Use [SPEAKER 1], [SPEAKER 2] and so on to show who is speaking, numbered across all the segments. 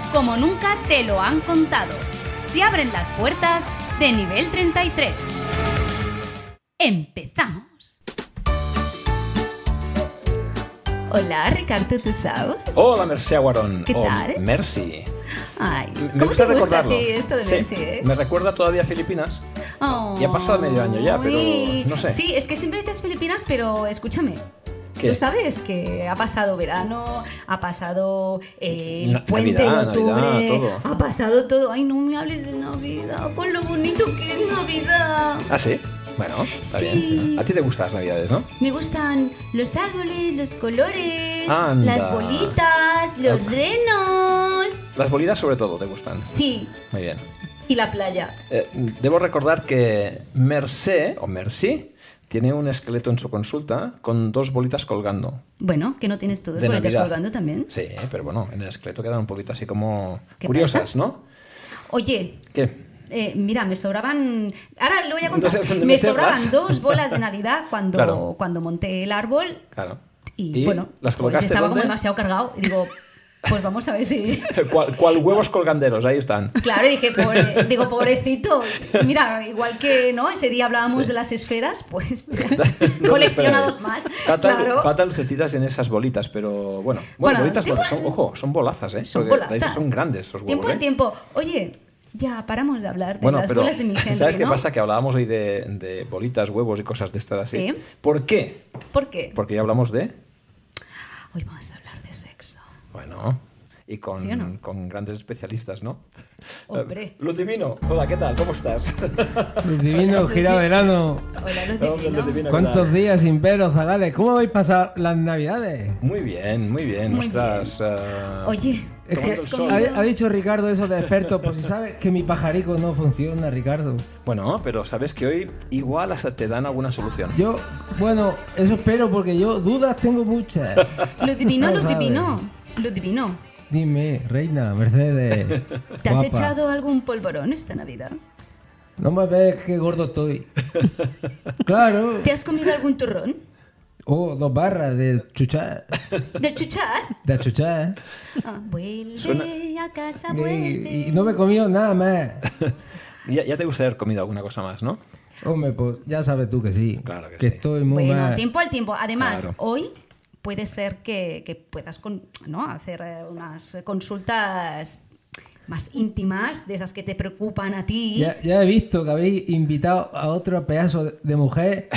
[SPEAKER 1] como nunca te lo han contado. Se abren las puertas de nivel 33. Empezamos. Hola, Ricardo Tusaus.
[SPEAKER 2] Hola, Mercé Guarón.
[SPEAKER 1] ¿Qué
[SPEAKER 2] O
[SPEAKER 1] tal?
[SPEAKER 2] Mercy.
[SPEAKER 1] Ay,
[SPEAKER 2] Me
[SPEAKER 1] ¿cómo te
[SPEAKER 2] gusta
[SPEAKER 1] gusta a
[SPEAKER 2] recordarlo.
[SPEAKER 1] ti esto de
[SPEAKER 2] Sí,
[SPEAKER 1] Nancy, eh?
[SPEAKER 2] Me recuerda todavía a Filipinas. Ya ha pasado medio año ya, pero
[SPEAKER 1] Ay.
[SPEAKER 2] no sé.
[SPEAKER 1] Oh. Sí, es que siempre dices Filipinas, pero escúchame.
[SPEAKER 2] ¿Qué?
[SPEAKER 1] Tú sabes que ha pasado verano, ha pasado eh, el
[SPEAKER 2] Na-
[SPEAKER 1] puente
[SPEAKER 2] Navidad,
[SPEAKER 1] de octubre,
[SPEAKER 2] Navidad, todo.
[SPEAKER 1] ha pasado todo. Ay, no me hables de Navidad, con lo bonito que es Navidad.
[SPEAKER 2] Ah, sí. Bueno, está
[SPEAKER 1] Sí.
[SPEAKER 2] bien. A ti te gustan las navidades, ¿no?
[SPEAKER 1] Me gustan los árboles, los colores,
[SPEAKER 2] Anda.
[SPEAKER 1] las bolitas, los
[SPEAKER 2] Ah.
[SPEAKER 1] renos.
[SPEAKER 2] Las bolidas sobre todo te gustan.
[SPEAKER 1] Sí,
[SPEAKER 2] Muy bien.
[SPEAKER 1] y la playa.
[SPEAKER 2] Eh, debo recordar que Mercé, o Mercy, tiene un esqueleto en su consulta con dos bolitas colgando.
[SPEAKER 1] Bueno, que no tienes todo el
[SPEAKER 2] de Navidad.
[SPEAKER 1] colgando también.
[SPEAKER 2] Sí, pero bueno, en el esqueleto quedan un poquito así como
[SPEAKER 1] ¿Qué
[SPEAKER 2] curiosas, ¿no?
[SPEAKER 1] Oye,
[SPEAKER 2] ¿Qué?
[SPEAKER 1] Eh, mira, me sobraban. Ahora lo voy a
[SPEAKER 2] No
[SPEAKER 1] contar.
[SPEAKER 2] sabes dónde
[SPEAKER 1] me
[SPEAKER 2] meterlas.
[SPEAKER 1] sobraban dos bolas de Navidad cuando,
[SPEAKER 2] Claro.
[SPEAKER 1] cuando monté el árbol.
[SPEAKER 2] Claro.
[SPEAKER 1] Y, bueno,
[SPEAKER 2] ¿las
[SPEAKER 1] pues
[SPEAKER 2] colocaste
[SPEAKER 1] estaba
[SPEAKER 2] dónde?
[SPEAKER 1] como demasiado cargado. Y digo, pues vamos a ver si.
[SPEAKER 2] cual, cual huevos colganderos, ahí están.
[SPEAKER 1] Claro, y dije, pobre- digo, pobrecito. Mira, igual que no, ese día hablábamos
[SPEAKER 2] Sí.
[SPEAKER 1] de las esferas, pues
[SPEAKER 2] Dos
[SPEAKER 1] coleccionados
[SPEAKER 2] esferas.
[SPEAKER 1] más.
[SPEAKER 2] Faltan,
[SPEAKER 1] claro.
[SPEAKER 2] faltan lucecitas en esas bolitas, pero bueno.
[SPEAKER 1] Bueno,
[SPEAKER 2] Bueno, bolitas
[SPEAKER 1] te-
[SPEAKER 2] no, son, ojo, son bolazas, ¿eh?
[SPEAKER 1] Son
[SPEAKER 2] Porque la
[SPEAKER 1] bolatas.
[SPEAKER 2] isla son grandes esos huevos,
[SPEAKER 1] Tiempo al
[SPEAKER 2] ¿eh?
[SPEAKER 1] tiempo. Oye, ya paramos de hablar de
[SPEAKER 2] Bueno,
[SPEAKER 1] las
[SPEAKER 2] pero
[SPEAKER 1] bolas de mi gente.
[SPEAKER 2] ¿sabes qué
[SPEAKER 1] ¿no?
[SPEAKER 2] pasa? Que hablábamos hoy de, de bolitas, huevos y cosas de estas así.
[SPEAKER 1] Sí.
[SPEAKER 2] ¿Por qué?
[SPEAKER 1] ¿Por qué?
[SPEAKER 2] Porque ya hablamos de...
[SPEAKER 1] Hoy vamos a hablar de sexo.
[SPEAKER 2] Bueno, y con,
[SPEAKER 1] ¿Sí o no?
[SPEAKER 2] con grandes especialistas, ¿no?
[SPEAKER 1] Hombre.
[SPEAKER 2] Eh, Luz Divino, hola, ¿qué tal? ¿Cómo estás?
[SPEAKER 3] Luz Divino, gira verano.
[SPEAKER 1] Hola, Luz
[SPEAKER 2] Vamos con
[SPEAKER 1] Divino.
[SPEAKER 2] Luz Divino, ¿qué tal?
[SPEAKER 3] ¿Cuántos días sin veros, Zagales? ¿Cómo habéis pasado las navidades?
[SPEAKER 2] Muy bien, muy bien.
[SPEAKER 1] Muy
[SPEAKER 2] Ostras, eh,
[SPEAKER 1] Oye,
[SPEAKER 3] Es
[SPEAKER 2] Tomando
[SPEAKER 3] que
[SPEAKER 2] el sol.
[SPEAKER 3] ha, ha dicho Ricardo eso de experto, pues si sabes que mi pajarico no funciona, Ricardo.
[SPEAKER 2] Bueno, pero sabes que hoy igual hasta te dan alguna solución.
[SPEAKER 3] Yo, bueno, eso espero porque yo dudas tengo muchas.
[SPEAKER 1] Lo divino,
[SPEAKER 3] No
[SPEAKER 1] lo
[SPEAKER 3] sabe.
[SPEAKER 1] divino, lo divino.
[SPEAKER 3] Dime, reina, Mercedes.
[SPEAKER 1] ¿Te has
[SPEAKER 3] guapa.
[SPEAKER 1] echado algún polvorón esta Navidad?
[SPEAKER 3] No me ves qué gordo estoy. claro.
[SPEAKER 1] ¿Te has comido algún turrón?
[SPEAKER 3] Oh, dos barras de chuchar.
[SPEAKER 1] ¿Del chuchar?
[SPEAKER 3] De chuchar.
[SPEAKER 1] Ah, vuelve
[SPEAKER 2] Suena-
[SPEAKER 1] a casa, vuelve.
[SPEAKER 3] Y, y no me he comido nada más.
[SPEAKER 2] Ya, ya te gustaría haber comido alguna cosa más, ¿no?
[SPEAKER 3] Hombre, pues ya sabes tú que sí.
[SPEAKER 2] Claro que sí.
[SPEAKER 3] estoy muy
[SPEAKER 1] Bueno,
[SPEAKER 3] mal.
[SPEAKER 1] tiempo al tiempo. Además,
[SPEAKER 2] Claro.
[SPEAKER 1] hoy puede ser que, que puedas con- ¿no? hacer eh, unas consultas más íntimas, de esas que te preocupan a ti.
[SPEAKER 3] Ya, ya he visto que habéis invitado a otro pedazo de mujer.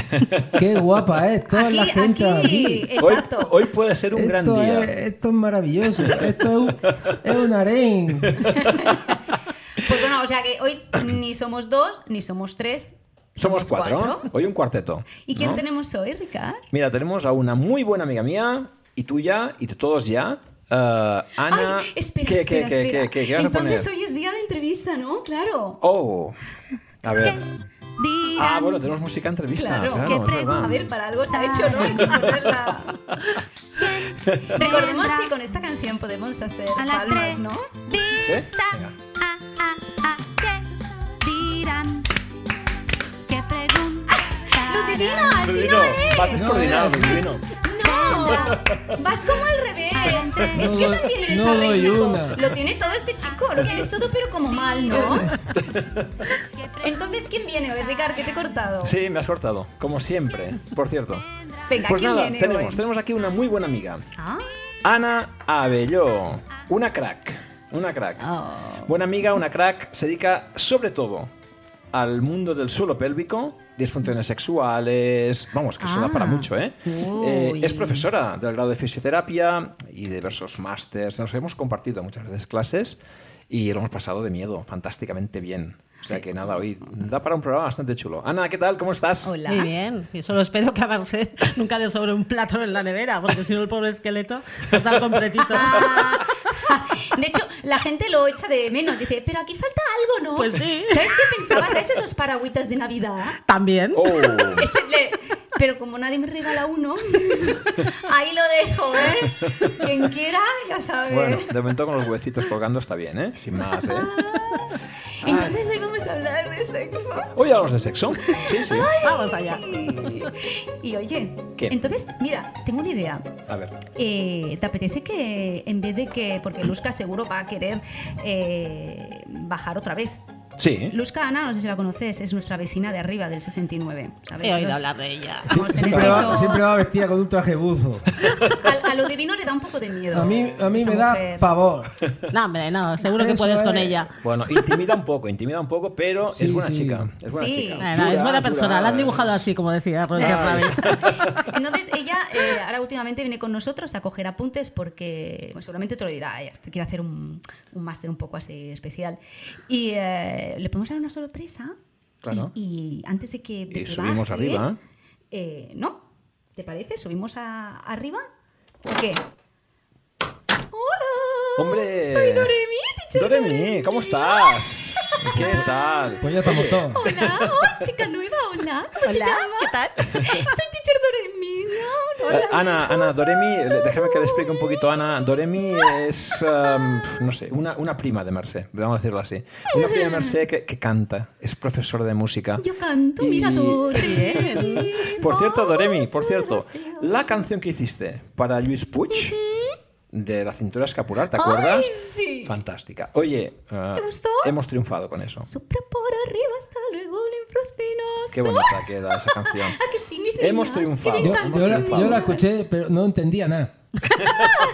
[SPEAKER 3] Qué guapa es, toda la
[SPEAKER 1] Aquí,
[SPEAKER 3] gente
[SPEAKER 1] aquí.
[SPEAKER 3] aquí.
[SPEAKER 1] Exacto.
[SPEAKER 2] Hoy, hoy puede ser un
[SPEAKER 3] esto,
[SPEAKER 2] gran día.
[SPEAKER 3] Es, esto es maravilloso, esto es un, es un harén.
[SPEAKER 1] Pues bueno, o sea que hoy ni somos dos, ni somos tres.
[SPEAKER 2] Somos cuatro. Hoy un cuarteto.
[SPEAKER 1] ¿Y quién
[SPEAKER 2] ¿no?
[SPEAKER 1] tenemos hoy, Ricard?
[SPEAKER 2] Mira, tenemos a una muy buena amiga mía y tuya y de todos ya. eh, Ana.
[SPEAKER 1] Ay, espera,
[SPEAKER 2] ¿Qué,
[SPEAKER 1] espera,
[SPEAKER 2] qué, qué,
[SPEAKER 1] espera.
[SPEAKER 2] qué, qué, qué vas a
[SPEAKER 1] Entonces
[SPEAKER 2] poner?
[SPEAKER 1] hoy es día de entrevista, ¿no? Claro.
[SPEAKER 2] Oh, a ver.
[SPEAKER 1] Dirán-
[SPEAKER 2] Ah, bueno, tenemos música entrevista.
[SPEAKER 1] Claro,
[SPEAKER 2] claro,
[SPEAKER 1] qué
[SPEAKER 2] es
[SPEAKER 1] prego-
[SPEAKER 2] verdad.
[SPEAKER 1] A ver, para algo
[SPEAKER 4] Ah.
[SPEAKER 1] se ha hecho, ¿no? Hay que ponerla. Recordemos que con esta canción podemos hacer
[SPEAKER 4] A la
[SPEAKER 1] palmas,
[SPEAKER 4] tres.
[SPEAKER 1] ¿no?
[SPEAKER 2] ¿Sí?
[SPEAKER 4] Vista.
[SPEAKER 2] Venga.
[SPEAKER 4] Ah, ah, ah, ¿qué dirán? ¿Qué pregunta? Ah,
[SPEAKER 1] ¡Lo divino! ¡Así
[SPEAKER 2] Divino,
[SPEAKER 1] no es!
[SPEAKER 2] bates
[SPEAKER 3] No, eh.
[SPEAKER 2] coordinados,
[SPEAKER 3] no, no.
[SPEAKER 2] divino.
[SPEAKER 1] ¡No! ¡Vas como al revés! es que
[SPEAKER 3] doy-
[SPEAKER 1] también es
[SPEAKER 3] no
[SPEAKER 1] al
[SPEAKER 3] doy
[SPEAKER 1] revés, digo,
[SPEAKER 3] una.
[SPEAKER 1] Lo tiene todo este chico, lo tienes todo, pero como mal, ¿no?
[SPEAKER 4] ¿Qué pregunta?
[SPEAKER 1] Entonces, ¿quién viene hoy, Ricardo? Que te he cortado.
[SPEAKER 2] Sí, me has cortado, como siempre, por cierto.
[SPEAKER 1] Venga,
[SPEAKER 2] Pues
[SPEAKER 1] ¿quién
[SPEAKER 2] nada,
[SPEAKER 1] viene
[SPEAKER 2] tenemos,
[SPEAKER 1] hoy?
[SPEAKER 2] tenemos aquí una muy buena amiga.
[SPEAKER 1] Ah,
[SPEAKER 2] Ana Abelló, una crack, una crack.
[SPEAKER 1] Oh.
[SPEAKER 2] Buena amiga, una crack, se dedica sobre todo al mundo del suelo pélvico, disfunciones sexuales, vamos, que eso da
[SPEAKER 1] Ah.
[SPEAKER 2] para mucho, ¿eh? Eh,
[SPEAKER 1] Uy.
[SPEAKER 2] Es profesora del grado de fisioterapia y diversos másters, nos hemos compartido muchas veces clases y lo hemos pasado de miedo, fantásticamente bien. O sea que nada, hoy da para un programa bastante chulo. Ana, ¿qué tal? ¿Cómo estás?
[SPEAKER 4] Hola.
[SPEAKER 5] Muy bien. Y solo espero que a Marcel nunca le sobre un plátano en la nevera, porque si no el pobre esqueleto está completito.
[SPEAKER 1] Ah, de hecho, la gente lo echa de menos. Dice, pero aquí falta algo, ¿no?
[SPEAKER 5] Pues sí.
[SPEAKER 1] ¿Sabes qué pensaba? ¿Sabes esos paragüitas de Navidad?
[SPEAKER 5] También.
[SPEAKER 2] Oh,
[SPEAKER 1] Ese le- Pero como nadie me regala uno, ahí lo dejo, ¿eh? Quien quiera, ya sabe.
[SPEAKER 2] bueno, de momento con los huesitos colgando está bien, ¿eh? Sin más, ¿eh?
[SPEAKER 1] Entonces hoy vamos a hablar de sexo.
[SPEAKER 2] Hoy hablamos de sexo. Sí, sí.
[SPEAKER 5] Vamos allá.
[SPEAKER 1] Y, y oye,
[SPEAKER 2] ¿Qué?
[SPEAKER 1] entonces, mira, tengo una idea.
[SPEAKER 2] A ver.
[SPEAKER 1] Eh, ¿Te apetece que en vez de que, porque Luzca seguro va a querer eh, bajar otra vez?
[SPEAKER 2] Sí.
[SPEAKER 1] Luzca Ana, no sé si la conoces, es nuestra vecina de arriba del 69. ¿sabes?
[SPEAKER 5] He oído
[SPEAKER 1] Los-
[SPEAKER 5] hablar de ella.
[SPEAKER 1] Estamos en el
[SPEAKER 3] Siempre va,
[SPEAKER 1] piso-
[SPEAKER 3] siempre va vestida con un traje buzo.
[SPEAKER 1] al- a, lo divino le da un poco de miedo.
[SPEAKER 3] A mí, a mí
[SPEAKER 1] esta
[SPEAKER 3] me da
[SPEAKER 1] mujer.
[SPEAKER 3] pavor.
[SPEAKER 5] No, hombre, no. Seguro que
[SPEAKER 3] Eso
[SPEAKER 5] puedes con
[SPEAKER 3] es.
[SPEAKER 5] ella.
[SPEAKER 2] Bueno, intimida un poco, intimida un poco, pero es
[SPEAKER 3] Sí,
[SPEAKER 2] buena
[SPEAKER 3] sí.
[SPEAKER 2] chica. Es buena
[SPEAKER 1] Sí.
[SPEAKER 2] chica.
[SPEAKER 5] Eh, no, es
[SPEAKER 2] Dura,
[SPEAKER 5] buena
[SPEAKER 2] dura,
[SPEAKER 5] persona. La han dibujado
[SPEAKER 2] es-
[SPEAKER 5] así, como decía Roger Rabbit.
[SPEAKER 1] Entonces ella eh, ahora últimamente viene con nosotros a coger apuntes porque bueno, seguramente te lo dirá, ella te quiere hacer un, un máster un poco así especial. Y eh, le podemos dar una sorpresa.
[SPEAKER 2] Claro.
[SPEAKER 1] Y, y antes de que... de
[SPEAKER 2] Y
[SPEAKER 1] que
[SPEAKER 2] subimos
[SPEAKER 1] baje,
[SPEAKER 2] arriba.
[SPEAKER 1] eh, ¿No? ¿Te parece? ¿Subimos a- arriba? ¿O qué? ¡Hola!
[SPEAKER 2] Hombre.
[SPEAKER 1] Soy Doremi, teacher
[SPEAKER 2] Doremi, ¿cómo estás? ¿Qué tal?
[SPEAKER 3] Pues ya estamos todos.
[SPEAKER 1] Hola, oh, chica nueva, hola. Hola, ¿qué tal? Soy teacher Doremi. No,
[SPEAKER 2] Eh, Ana, Ana, Doremi, le- déjame que le explique un poquito a Ana. Doremi es, em, no sé, una, una prima de Mercé, vamos a decirlo así. Una prima de Mercé que, que canta, es profesora de música.
[SPEAKER 1] Yo canto,
[SPEAKER 2] Y-
[SPEAKER 1] mira, Doremi.
[SPEAKER 2] Por cierto,
[SPEAKER 1] Oh,
[SPEAKER 2] Doremi,
[SPEAKER 1] soy
[SPEAKER 2] por cierto,
[SPEAKER 1] graciosa.
[SPEAKER 2] la canción que hiciste para Luis Puig de la cintura escapular, ¿te acuerdas?
[SPEAKER 1] sí.
[SPEAKER 2] Fantástica. Oye, eh,
[SPEAKER 1] ¿Te gustó?
[SPEAKER 2] hemos triunfado con eso.
[SPEAKER 1] Sopra por arriba hasta luego un infraspinoso.
[SPEAKER 2] Qué bonita queda esa canción.
[SPEAKER 1] ¿A que sí, mis
[SPEAKER 2] Hemos
[SPEAKER 1] niñas?
[SPEAKER 2] triunfado.
[SPEAKER 1] Que me
[SPEAKER 3] Yo,
[SPEAKER 1] encanta.
[SPEAKER 3] yo la,
[SPEAKER 2] triunfado.
[SPEAKER 3] yo la escuché, pero no entendía nada.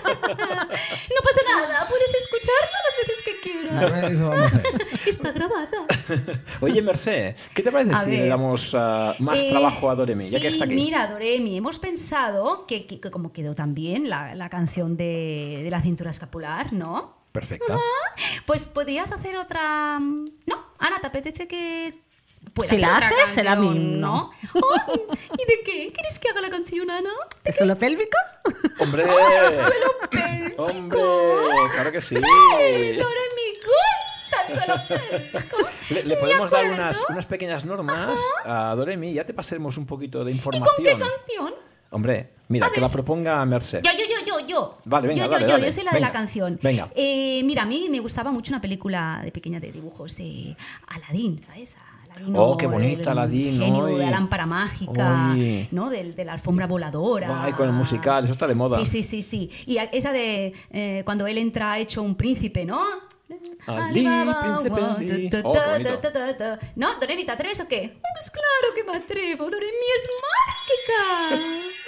[SPEAKER 1] No pasa nada, puedes escucharla las veces que quieras.
[SPEAKER 3] Eso vamos a hacer.
[SPEAKER 1] Está grabada.
[SPEAKER 2] Oye, Mercé, ¿qué te parece
[SPEAKER 1] A
[SPEAKER 2] si
[SPEAKER 1] ver.
[SPEAKER 2] le damos ah, más
[SPEAKER 1] Eh,
[SPEAKER 2] trabajo a Doremi, ya que
[SPEAKER 1] sí,
[SPEAKER 2] está aquí?
[SPEAKER 1] Mira, Doremi, hemos pensado que, que- que como quedó tan bien la, la canción de, de la cintura escapular, ¿no?
[SPEAKER 2] Perfecta.
[SPEAKER 1] Pues podrías hacer otra. mm, No, Ana, ¿te apetece que.? pueda
[SPEAKER 5] Si la
[SPEAKER 1] hacer otra
[SPEAKER 5] haces, será
[SPEAKER 1] canción,
[SPEAKER 5] mi-
[SPEAKER 1] ¿no? Oh, ¿Y de qué? ¿Quieres que haga la canción, Ana?
[SPEAKER 5] ¿Es solo pélvico?
[SPEAKER 2] ¡Hombre!
[SPEAKER 1] Ah, Pélvico.
[SPEAKER 2] ¡Hombre! ¡Claro que sí!
[SPEAKER 1] ¡Ay, Doremi, gusta el solo
[SPEAKER 2] Le,
[SPEAKER 1] pélvico!
[SPEAKER 2] le
[SPEAKER 1] Me
[SPEAKER 2] podemos dar
[SPEAKER 1] acuerdo.
[SPEAKER 2] unas, unas pequeñas normas a Doremi, ya te pasaremos un poquito de
[SPEAKER 1] ¿Y con qué
[SPEAKER 2] información.
[SPEAKER 1] canción?
[SPEAKER 2] Hombre, mira, que la proponga Merced.
[SPEAKER 1] Yo, yo, yo, yo, yo.
[SPEAKER 2] Vale, venga,
[SPEAKER 1] yo, yo,
[SPEAKER 2] dale,
[SPEAKER 1] yo,
[SPEAKER 2] dale.
[SPEAKER 1] yo soy la de la
[SPEAKER 2] Venga,
[SPEAKER 1] canción.
[SPEAKER 2] venga.
[SPEAKER 1] Eh, mira, a mí me gustaba mucho una película de pequeña de dibujos, eh, Aladdin, ¿sabes? Aladdin,
[SPEAKER 2] Oh,
[SPEAKER 1] o
[SPEAKER 2] qué bonita,
[SPEAKER 1] el
[SPEAKER 2] Aladdin,
[SPEAKER 1] genio de
[SPEAKER 2] oye.
[SPEAKER 1] la lámpara mágica,
[SPEAKER 2] Oye.
[SPEAKER 1] ¿no? Del- de la alfombra voladora.
[SPEAKER 2] Ay, con el musical, eso está de moda.
[SPEAKER 1] Sí, sí, sí, sí. Y a- esa de eh, cuando él entra hecho un príncipe, ¿no?
[SPEAKER 2] Alí, príncipe Alí.
[SPEAKER 1] Tu, tu,
[SPEAKER 2] Oh,
[SPEAKER 1] tu,
[SPEAKER 2] qué bonito.
[SPEAKER 1] tu, tu, tu. No, Doremi, ¿te atreves o qué? Pues claro que me atrevo, Doremi es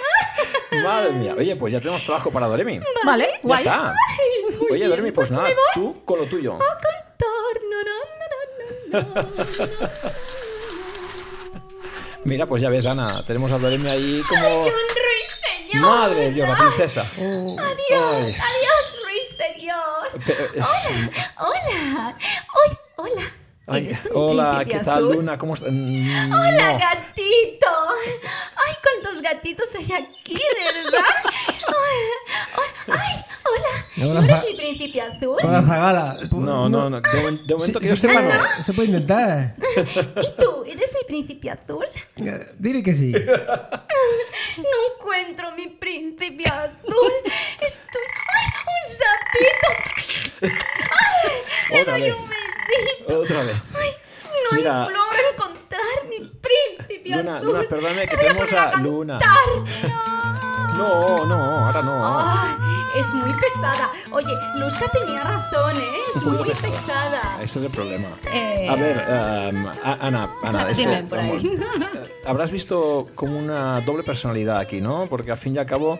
[SPEAKER 1] mágica.
[SPEAKER 2] Madre mía. Oye, pues ya tenemos trabajo para Doremi.
[SPEAKER 5] Vale,
[SPEAKER 2] Ya
[SPEAKER 5] guay.
[SPEAKER 2] está.
[SPEAKER 1] Ay, muy
[SPEAKER 2] Oye,
[SPEAKER 1] bien,
[SPEAKER 2] Doremi, pues
[SPEAKER 1] pues
[SPEAKER 2] nada,
[SPEAKER 1] me voy. Oh, Ah.
[SPEAKER 2] tú con lo tuyo.
[SPEAKER 1] cantar. Na, na, na, na, na, na.
[SPEAKER 2] Mira, pues ya ves, Ana, tenemos a Doremi ahí como...
[SPEAKER 1] ¡Un ruiseñor!
[SPEAKER 2] Madre de Dios, la princesa.
[SPEAKER 1] ¡Adiós!
[SPEAKER 2] Ay. eh,
[SPEAKER 1] ¡Adiós, ruiseñor!
[SPEAKER 2] Pe- es-
[SPEAKER 1] ¡Hola! Oye, ¡Hola!
[SPEAKER 2] Ay,
[SPEAKER 1] ¿Eres tú mi
[SPEAKER 2] hola,
[SPEAKER 1] príncipe
[SPEAKER 2] ¿qué tal,
[SPEAKER 1] azul?
[SPEAKER 2] Luna? ¿Cómo estás?
[SPEAKER 1] ¡Hola, gatito! ¡Ay, cuántos gatitos hay aquí, ¿verdad? ¡Ay, hola!
[SPEAKER 3] Hola,
[SPEAKER 1] ¿No eres
[SPEAKER 3] fa-
[SPEAKER 1] mi príncipe azul?
[SPEAKER 3] Con la zagala.
[SPEAKER 2] No, no, no. De, momen- de momento
[SPEAKER 3] Se,
[SPEAKER 2] que yo
[SPEAKER 3] se
[SPEAKER 2] sepa, no.
[SPEAKER 3] puede, se puede intentar.
[SPEAKER 1] ¿Y tú? ¿Eres mi príncipe azul?
[SPEAKER 3] Eh, Dile que sí.
[SPEAKER 1] No encuentro mi príncipe azul. Estoy. ¡Ay! ¡Un sapito! ¡Ay! ¡Le
[SPEAKER 2] Otra
[SPEAKER 1] doy
[SPEAKER 2] vez.
[SPEAKER 1] un besito!
[SPEAKER 2] Otra vez.
[SPEAKER 1] ¡Ay! No
[SPEAKER 2] Mira.
[SPEAKER 1] logro encontrar mi príncipe
[SPEAKER 2] Luna,
[SPEAKER 1] azul.
[SPEAKER 2] Luna, perdóname que
[SPEAKER 1] Me voy
[SPEAKER 2] tenemos
[SPEAKER 1] poner
[SPEAKER 2] a Luna.
[SPEAKER 1] cantar.
[SPEAKER 2] No, no, ahora no.
[SPEAKER 1] Ay, es muy pesada. Oye, Luzca tenía razón, ¿eh? Es
[SPEAKER 2] poquito
[SPEAKER 1] muy pesada.
[SPEAKER 2] Ese es el problema.
[SPEAKER 1] Eh.
[SPEAKER 2] A ver, em, a- Ana, Ana, es que,
[SPEAKER 5] Dime.
[SPEAKER 1] Por ahí.
[SPEAKER 2] vamos, eh, habrás visto como una doble personalidad aquí, ¿no? Porque al fin y al cabo,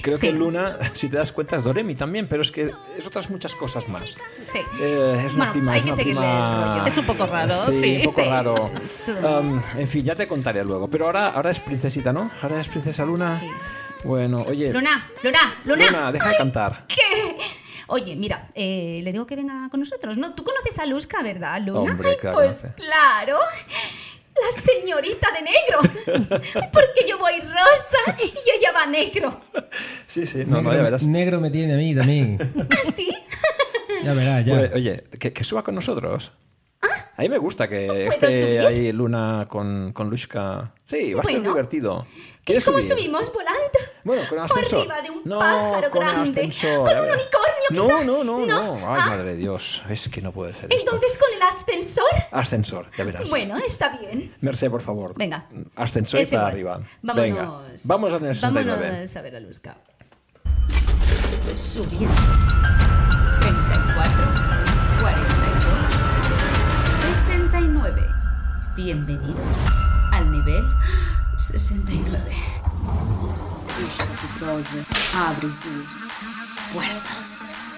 [SPEAKER 2] creo
[SPEAKER 1] Sí.
[SPEAKER 2] que Luna, si te das cuenta, es Doremi también, pero es que es otras muchas cosas más.
[SPEAKER 1] Sí.
[SPEAKER 2] Eh, es
[SPEAKER 1] Bueno,
[SPEAKER 2] una prima,
[SPEAKER 1] hay
[SPEAKER 2] es
[SPEAKER 1] que
[SPEAKER 2] una
[SPEAKER 1] seguirle
[SPEAKER 2] prima-
[SPEAKER 1] el rollo.
[SPEAKER 5] Es un poco raro,
[SPEAKER 2] Sí,
[SPEAKER 5] sí.
[SPEAKER 2] un poco
[SPEAKER 1] Sí.
[SPEAKER 2] raro.
[SPEAKER 1] Todo.
[SPEAKER 2] Um, en fin, ya te contaré luego. Pero ahora, ahora es princesita, ¿no? Ahora es princesa Luna.
[SPEAKER 1] Sí.
[SPEAKER 2] Bueno, oye.
[SPEAKER 1] Luna, Luna, Luna.
[SPEAKER 2] Luna, deja de cantar.
[SPEAKER 1] ¿Qué? Oye, mira, eh, le digo que venga con nosotros. No, tú conoces a Luzca, ¿verdad, Luna?
[SPEAKER 2] Hombre,
[SPEAKER 1] Ay,
[SPEAKER 2] claro,
[SPEAKER 1] Pues
[SPEAKER 2] sí.
[SPEAKER 1] claro. La señorita de negro. Porque yo voy rosa y ella va negro.
[SPEAKER 2] Sí, sí, no, no,
[SPEAKER 3] negro,
[SPEAKER 2] ya verás.
[SPEAKER 3] negro me tiene a mí también.
[SPEAKER 1] ¿Así?
[SPEAKER 3] Ya verás, ya.
[SPEAKER 2] Pues, oye, que, que suba con nosotros. A mí me gusta que
[SPEAKER 1] Ah. ¿Puedo
[SPEAKER 2] esté
[SPEAKER 1] subir?
[SPEAKER 2] ahí Luna con, con Lushka. Sí, va a ser
[SPEAKER 1] Bueno.
[SPEAKER 2] divertido.
[SPEAKER 1] ¿Y
[SPEAKER 2] ¿Quieres
[SPEAKER 1] cómo
[SPEAKER 2] subir?
[SPEAKER 1] subimos volando?
[SPEAKER 2] Bueno, con ascensor.
[SPEAKER 1] Por arriba de un
[SPEAKER 2] no,
[SPEAKER 1] pájaro
[SPEAKER 2] con
[SPEAKER 1] grande.
[SPEAKER 2] ascensor.
[SPEAKER 1] Con
[SPEAKER 2] a
[SPEAKER 1] un
[SPEAKER 2] ver.
[SPEAKER 1] unicornio,
[SPEAKER 2] No,
[SPEAKER 1] quizá.
[SPEAKER 2] no, no, no. Ay,
[SPEAKER 1] Ah,
[SPEAKER 2] madre de Dios. Es que no puede ser esto.
[SPEAKER 1] Entonces con el ascensor.
[SPEAKER 2] Ascensor, ya verás.
[SPEAKER 1] Bueno, está bien.
[SPEAKER 2] Merced, por favor.
[SPEAKER 1] Venga.
[SPEAKER 2] Ascensor y
[SPEAKER 1] Es
[SPEAKER 2] para
[SPEAKER 1] igual.
[SPEAKER 2] arriba.
[SPEAKER 1] Vámonos.
[SPEAKER 2] Venga. Vamos al 69.
[SPEAKER 1] Vámonos a ver a Luzca. Subiendo. 34, 42, 69. Bienvenidos al nivel 69.
[SPEAKER 6] Idosa, abre os olhos. Puertas.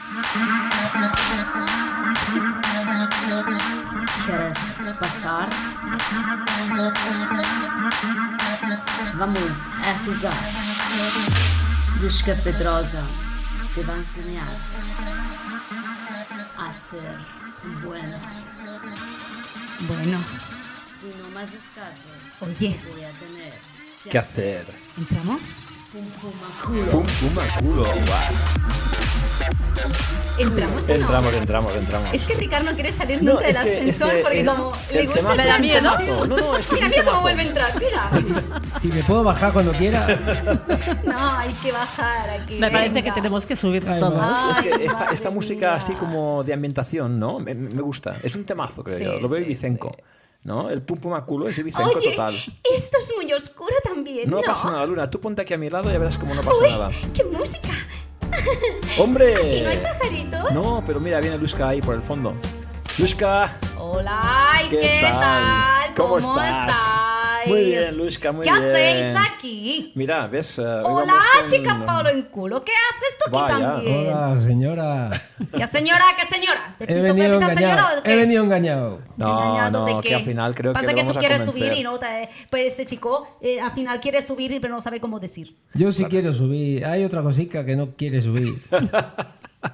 [SPEAKER 6] Queres passar? Vamos a jogar. Busca Pedrosa. Te va a enseñar a ser bueno.
[SPEAKER 1] Bueno,
[SPEAKER 6] Si no más escaso,
[SPEAKER 1] oye,
[SPEAKER 6] voy a tener que
[SPEAKER 2] ¿Qué hacer?
[SPEAKER 1] ¿entramos?
[SPEAKER 6] Pum, pum, a culo.
[SPEAKER 2] Pum, pum, al culo. Buah.
[SPEAKER 1] ¿Entramos o no?
[SPEAKER 2] Entramos, entramos, entramos.
[SPEAKER 1] Es que Ricardo no quiere salir
[SPEAKER 2] No,
[SPEAKER 1] nunca del
[SPEAKER 2] es que- es
[SPEAKER 1] ascensor
[SPEAKER 2] que
[SPEAKER 1] porque
[SPEAKER 2] el-
[SPEAKER 1] como
[SPEAKER 2] el
[SPEAKER 1] le gusta
[SPEAKER 2] temazo
[SPEAKER 5] le da
[SPEAKER 2] es un
[SPEAKER 5] miedo.
[SPEAKER 2] temazo. No, no, es que es
[SPEAKER 1] Mira,
[SPEAKER 2] un
[SPEAKER 1] mira cómo
[SPEAKER 2] temazo.
[SPEAKER 1] vuelve a entrar, mira.
[SPEAKER 3] Y me puedo bajar cuando quiera.
[SPEAKER 1] No, hay que bajar aquí.
[SPEAKER 5] Me parece
[SPEAKER 1] venga.
[SPEAKER 5] que tenemos que subir
[SPEAKER 3] Ay,
[SPEAKER 5] todos.
[SPEAKER 1] madre.
[SPEAKER 2] Es que
[SPEAKER 1] Ay,
[SPEAKER 2] esta,
[SPEAKER 1] madre
[SPEAKER 2] esta música
[SPEAKER 1] mía.
[SPEAKER 2] así como de ambientación, ¿no? Me, me gusta. Es un temazo, creo
[SPEAKER 1] Sí,
[SPEAKER 2] yo. Lo veo
[SPEAKER 1] sí,
[SPEAKER 2] Ibicenco. ¿No? El pum pum a culo es Ibicenco
[SPEAKER 1] Oye,
[SPEAKER 2] total.
[SPEAKER 1] esto es muy oscuro también,
[SPEAKER 2] No,
[SPEAKER 1] ¿no?
[SPEAKER 2] pasa nada, Luna. Tú ponte aquí a mi lado y ya verás como no pasa
[SPEAKER 1] Uy,
[SPEAKER 2] nada.
[SPEAKER 1] qué música.
[SPEAKER 2] ¡Hombre!
[SPEAKER 1] ¿Y no hay pajaritos?
[SPEAKER 2] No, pero mira, viene Lushka ahí por el fondo. Lushka,
[SPEAKER 1] Hola, ay,
[SPEAKER 2] ¿qué,
[SPEAKER 1] ¿qué, tal?
[SPEAKER 2] ¿Cómo, estás?
[SPEAKER 1] estáis?
[SPEAKER 2] Muy bien, Lushka, muy
[SPEAKER 1] ¿Qué
[SPEAKER 2] bien.
[SPEAKER 1] hacéis aquí?
[SPEAKER 2] Mira, ves. eh, hoy
[SPEAKER 1] Hola,
[SPEAKER 2] vamos con-
[SPEAKER 1] chica Pablo en culo. ¿Qué haces tú aquí
[SPEAKER 2] Vaya.
[SPEAKER 1] también?
[SPEAKER 3] Hola, señora.
[SPEAKER 1] ¿Qué señora? ¿Qué señora? ¿Te
[SPEAKER 3] He
[SPEAKER 1] pinto
[SPEAKER 3] venido
[SPEAKER 1] cuerpita, señora,
[SPEAKER 3] engañado.
[SPEAKER 1] o qué?
[SPEAKER 3] He venido engañado.
[SPEAKER 2] No,
[SPEAKER 1] Engañándote,
[SPEAKER 2] no, que
[SPEAKER 1] ¿qué?
[SPEAKER 2] al final creo
[SPEAKER 1] Pasa
[SPEAKER 2] que, lo
[SPEAKER 1] que
[SPEAKER 2] vamos
[SPEAKER 1] tú
[SPEAKER 2] a
[SPEAKER 1] quieres
[SPEAKER 2] convencer.
[SPEAKER 1] subir y no te- pues este chico eh, al final quiere subir pero no sabe cómo decir.
[SPEAKER 3] Yo sí quiero subir. Hay otra cosica que no quiere subir.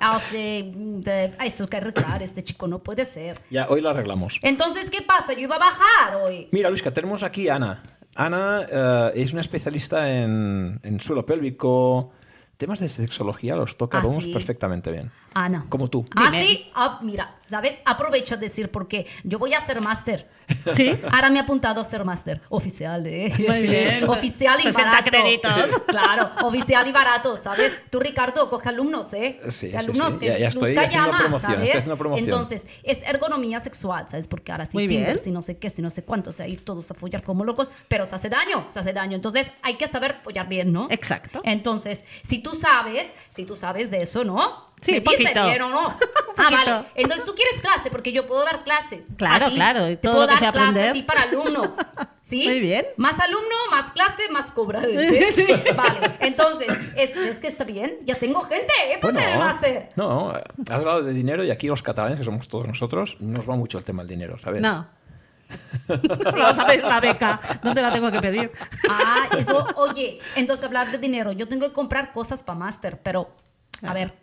[SPEAKER 1] Ah, o sea, mm, de- ah, esto hay que arreglar, este chico no puede ser.
[SPEAKER 2] Ya, hoy la arreglamos.
[SPEAKER 1] Entonces, ¿qué pasa? Yo iba a bajar hoy.
[SPEAKER 2] Mira, Luisca, tenemos aquí a Ana. Ana eh, es una especialista en, en suelo pélvico. Temas de sexología los toca
[SPEAKER 1] Ah,
[SPEAKER 2] vamos
[SPEAKER 1] sí.
[SPEAKER 2] perfectamente bien.
[SPEAKER 1] Ana.
[SPEAKER 2] Como tú.
[SPEAKER 1] Ah,
[SPEAKER 5] Dime.
[SPEAKER 1] sí. Ah, mira, ¿sabes? Aprovecho a decir porque yo voy a ser máster.
[SPEAKER 5] Sí.
[SPEAKER 1] Ahora me he apuntado a ser máster. Oficial, ¿eh?
[SPEAKER 5] Muy bien.
[SPEAKER 1] Oficial y
[SPEAKER 5] 60
[SPEAKER 1] barato.
[SPEAKER 5] créditos.
[SPEAKER 1] Claro, oficial y barato, ¿sabes? Tú, Ricardo, coge alumnos, ¿eh?
[SPEAKER 2] Sí, sí,
[SPEAKER 1] alumnos
[SPEAKER 2] sí.
[SPEAKER 1] que
[SPEAKER 2] Ya- ya estoy
[SPEAKER 1] busca
[SPEAKER 2] haciendo
[SPEAKER 1] llama,
[SPEAKER 2] promoción,
[SPEAKER 1] ¿sabes?
[SPEAKER 2] estoy haciendo promoción.
[SPEAKER 1] Entonces, es ergonomía sexual, ¿sabes? Porque ahora sí
[SPEAKER 5] Muy bien.
[SPEAKER 1] Tinder, si no sé qué, si no sé cuánto, o sea, ir todos a follar como locos, pero se hace daño, se hace daño. Entonces, hay que saber follar bien, ¿no?
[SPEAKER 5] Exacto.
[SPEAKER 1] Entonces, si tú sabes, si tú sabes de eso, ¿no?
[SPEAKER 5] Sí,
[SPEAKER 1] Me dice
[SPEAKER 5] poquito.
[SPEAKER 1] bien o no.
[SPEAKER 5] Un
[SPEAKER 1] Ah,
[SPEAKER 5] poquito.
[SPEAKER 1] vale. Entonces tú quieres clase, porque yo puedo dar clase.
[SPEAKER 5] Claro,
[SPEAKER 1] a ti.
[SPEAKER 5] claro, y
[SPEAKER 1] Te
[SPEAKER 5] todo
[SPEAKER 1] puedo
[SPEAKER 5] lo que
[SPEAKER 1] dar
[SPEAKER 5] sea
[SPEAKER 1] clase
[SPEAKER 5] aprender.
[SPEAKER 1] a ti para alumno. ¿Sí?
[SPEAKER 5] Muy bien.
[SPEAKER 1] Más alumno, más clase, más cobra. ¿sí?
[SPEAKER 5] Sí.
[SPEAKER 1] Vale. Entonces, es, es que está bien. Ya tengo gente, ¿eh? Para hacer el máster.
[SPEAKER 2] no, has hablado de dinero y aquí los catalanes, que somos todos nosotros, nos va mucho el tema del dinero,
[SPEAKER 3] Pues.
[SPEAKER 2] ¿sabes?
[SPEAKER 5] No. Vamos a pedir una beca. ¿Dónde la tengo que pedir?
[SPEAKER 1] Ah, eso, oye, entonces hablar de dinero. Yo tengo que comprar cosas para máster, pero a ver,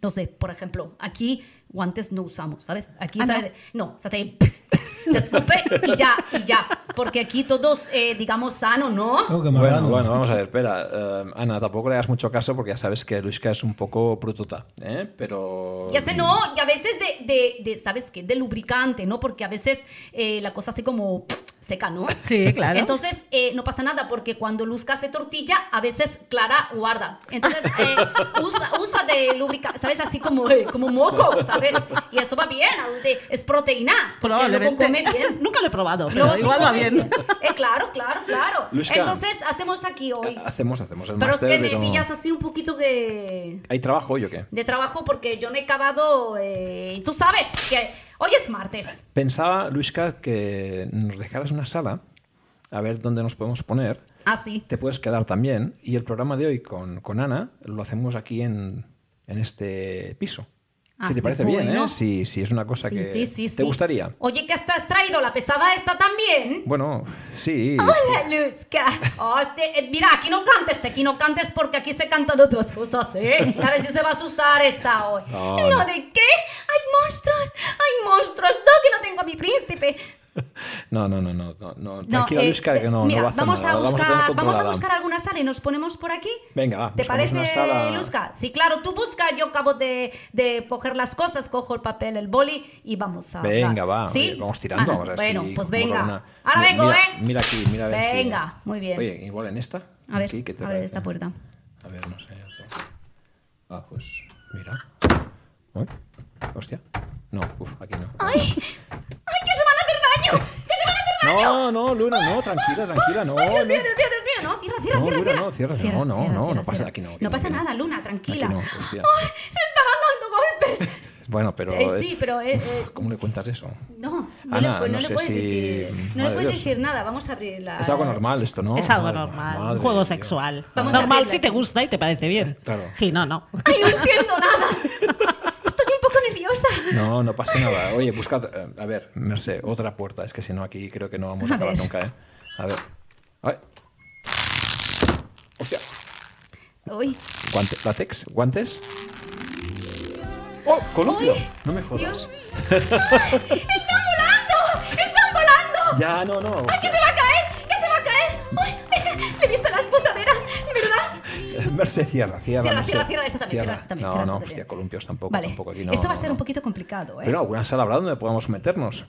[SPEAKER 1] no sé, por ejemplo, aquí guantes no usamos, ¿sabes? Aquí
[SPEAKER 5] Ah,
[SPEAKER 1] sale- no, o sea, te- se escupe y ya, y ya. Porque aquí todos, eh, digamos, sano, ¿no?
[SPEAKER 3] Tengo que me
[SPEAKER 2] Bueno,
[SPEAKER 3] hablando.
[SPEAKER 2] bueno, vamos a ver, espera. Eh, Ana, tampoco le hagas mucho caso porque ya sabes que Luisca es un poco brututa, ¿eh? Pero...
[SPEAKER 1] Ya sé, no, y a veces de, de- de, ¿sabes qué? De lubricante, ¿no? Porque a veces eh, la cosa así como seca, ¿no?
[SPEAKER 5] Sí, claro.
[SPEAKER 1] Entonces, eh, no pasa nada, porque cuando Luzca hace tortilla, a veces Clara guarda. Entonces, eh, usa, usa de lubricante, ¿sabes? Así como, eh, como moco, ¿sabes? Y eso va bien, a donde es proteína. porque
[SPEAKER 5] Probablemente.
[SPEAKER 1] Luego come bien.
[SPEAKER 5] Nunca lo he probado, pero
[SPEAKER 1] Luego sí
[SPEAKER 5] igual va
[SPEAKER 1] come
[SPEAKER 5] bien.
[SPEAKER 1] Eh, claro, claro, claro.
[SPEAKER 2] Luzca.
[SPEAKER 1] Entonces, hacemos aquí hoy.
[SPEAKER 2] Hacemos, hacemos el
[SPEAKER 1] Pero es
[SPEAKER 2] máster,
[SPEAKER 1] que me
[SPEAKER 2] pero-
[SPEAKER 1] pillas así un poquito de,
[SPEAKER 2] ¿Hay trabajo hoy o qué?
[SPEAKER 1] de trabajo porque yo no he acabado. eh, tú sabes que hoy es martes.
[SPEAKER 2] Pensaba, Luisca, que nos dejaras una sala, a ver dónde nos podemos poner.
[SPEAKER 1] Así.
[SPEAKER 2] Te puedes quedar también. Y el programa de hoy con, con Ana lo hacemos aquí en, en este piso. si te
[SPEAKER 1] Así
[SPEAKER 2] parece
[SPEAKER 1] fue,
[SPEAKER 2] bien,
[SPEAKER 1] ¿no?
[SPEAKER 2] ¿eh? Si, si es una cosa
[SPEAKER 1] Ah, Sí,
[SPEAKER 2] que
[SPEAKER 1] sí, sí, sí.
[SPEAKER 2] te gustaría.
[SPEAKER 1] Oye, que has traído la pesada esta también.
[SPEAKER 2] Bueno, sí.
[SPEAKER 1] Hola, Luzca. Hostia, eh, mira, aquí no cantes, aquí no cantes porque aquí se cantan otras cosas, ¿eh? A ver si se va a asustar esta hoy.
[SPEAKER 2] No,
[SPEAKER 1] ¿Lo
[SPEAKER 2] no.
[SPEAKER 1] de qué? ¡Hay monstruos! ¡Hay monstruos! ¡No, que no tengo a mi príncipe!
[SPEAKER 2] No, no, no, no. no, no.
[SPEAKER 1] No,
[SPEAKER 2] Tranquila,
[SPEAKER 1] eh,
[SPEAKER 2] Luisca, que no,
[SPEAKER 1] mira,
[SPEAKER 2] no va a hacer
[SPEAKER 1] vamos
[SPEAKER 2] nada.
[SPEAKER 1] a
[SPEAKER 2] la vamos a
[SPEAKER 1] buscar,
[SPEAKER 2] tener
[SPEAKER 1] vamos a
[SPEAKER 2] controlada.
[SPEAKER 1] buscar alguna sala y nos ponemos por aquí.
[SPEAKER 2] Venga, va,
[SPEAKER 1] ¿Te
[SPEAKER 2] buscamos
[SPEAKER 1] parece,
[SPEAKER 2] una sala.
[SPEAKER 1] Luzca? Sí, claro, tú busca, yo acabo de, de coger las cosas, cojo el papel, el boli y vamos a.
[SPEAKER 2] Venga,
[SPEAKER 1] hablar.
[SPEAKER 2] va.
[SPEAKER 1] ¿Sí?
[SPEAKER 2] oye, vamos tirando.
[SPEAKER 1] Ah,
[SPEAKER 2] vamos a ver
[SPEAKER 1] bueno,
[SPEAKER 2] si
[SPEAKER 1] pues
[SPEAKER 2] cogemos
[SPEAKER 1] venga.
[SPEAKER 2] alguna.
[SPEAKER 1] Ahora
[SPEAKER 2] Mi-
[SPEAKER 1] vengo,
[SPEAKER 2] mira,
[SPEAKER 1] ¿eh?
[SPEAKER 2] Mira aquí, mira a ver si-
[SPEAKER 1] Venga, muy bien.
[SPEAKER 2] Oye, igual en esta.
[SPEAKER 1] A ver,
[SPEAKER 2] aquí, ¿qué te
[SPEAKER 1] abre
[SPEAKER 2] parece?
[SPEAKER 1] esta puerta.
[SPEAKER 2] A ver, no sé. Ah, pues mira. Uy, Hostia. No, uff, aquí no.
[SPEAKER 1] ¡Ay! ¡Ay, que se van a hacer daño! ¡Que se van a hacer daño!
[SPEAKER 2] No, no, Luna, no, tranquila, tranquila, no.
[SPEAKER 1] Dios
[SPEAKER 2] no.
[SPEAKER 1] mío, Dios mío, Dios mío, no, cierra, cierra,
[SPEAKER 2] No,
[SPEAKER 1] cierra,
[SPEAKER 2] Luna,
[SPEAKER 1] cierra.
[SPEAKER 2] no, cierra, no,
[SPEAKER 1] Cierra,
[SPEAKER 2] no,
[SPEAKER 1] cierra,
[SPEAKER 2] no,
[SPEAKER 1] cierra,
[SPEAKER 2] no pasa
[SPEAKER 1] cierra.
[SPEAKER 2] aquí, no, aquí
[SPEAKER 1] No
[SPEAKER 2] no,
[SPEAKER 1] pasa
[SPEAKER 2] aquí no.
[SPEAKER 1] nada, Luna, tranquila.
[SPEAKER 2] Aquí no, hostia.
[SPEAKER 1] ¡Ay, se estaban dando golpes!
[SPEAKER 2] Bueno, pero.
[SPEAKER 1] Eh, sí, pero, eh,
[SPEAKER 2] uf,
[SPEAKER 1] eh,
[SPEAKER 2] ¿Cómo le cuentas eso?
[SPEAKER 1] No, no, le,
[SPEAKER 2] Ana,
[SPEAKER 1] pues,
[SPEAKER 2] no
[SPEAKER 1] no le
[SPEAKER 2] sé
[SPEAKER 1] puedes
[SPEAKER 2] si-
[SPEAKER 1] decir, no
[SPEAKER 2] Madre
[SPEAKER 1] le puedes
[SPEAKER 2] Dios.
[SPEAKER 1] decir nada, vamos a abrir la...
[SPEAKER 2] Es algo normal esto, ¿no?
[SPEAKER 5] Es algo
[SPEAKER 2] Madre-
[SPEAKER 5] normal,
[SPEAKER 2] madre
[SPEAKER 5] un juego
[SPEAKER 2] Dios.
[SPEAKER 5] sexual.
[SPEAKER 1] Vamos a
[SPEAKER 5] normal
[SPEAKER 1] hacerla
[SPEAKER 5] si te
[SPEAKER 1] así.
[SPEAKER 5] gusta y te parece bien.
[SPEAKER 2] Claro.
[SPEAKER 5] Sí, no, no.
[SPEAKER 1] ¡Ay, no entiendo nada! Estoy un poco nerviosa.
[SPEAKER 2] No, no pasa nada. Oye, buscad, eh, a ver, Mercé, otra puerta. Es que si no, aquí creo que no vamos a
[SPEAKER 1] A
[SPEAKER 2] acabar
[SPEAKER 1] ver.
[SPEAKER 2] nunca, ¿eh? A ver. Ay. Hostia.
[SPEAKER 1] Uy,
[SPEAKER 2] Guante, ¿Látex? ¿Guantes? ¡Oh, columpio! No me jodas.
[SPEAKER 1] Dios. ¡Ay, ¡Están volando! ¡Están volando!
[SPEAKER 2] Ya, no, no.
[SPEAKER 1] ¡Ay, que se va a caer! ¡Que se va a caer! ¡Ay, le he visto las posaderas, ¿verdad?
[SPEAKER 2] Mercé, cierra, cierra.
[SPEAKER 1] Cierra,
[SPEAKER 2] Mercé.
[SPEAKER 1] cierra, cierra esta también, cierra esta también,
[SPEAKER 2] No,
[SPEAKER 1] cierra esta
[SPEAKER 2] no,
[SPEAKER 1] también.
[SPEAKER 2] hostia, columpios tampoco,
[SPEAKER 1] vale,
[SPEAKER 2] tampoco aquí. No,
[SPEAKER 1] esto va a
[SPEAKER 2] no,
[SPEAKER 1] ser
[SPEAKER 2] no.
[SPEAKER 1] un poquito complicado, ¿eh?
[SPEAKER 2] Pero alguna sala habrá donde podamos meternos.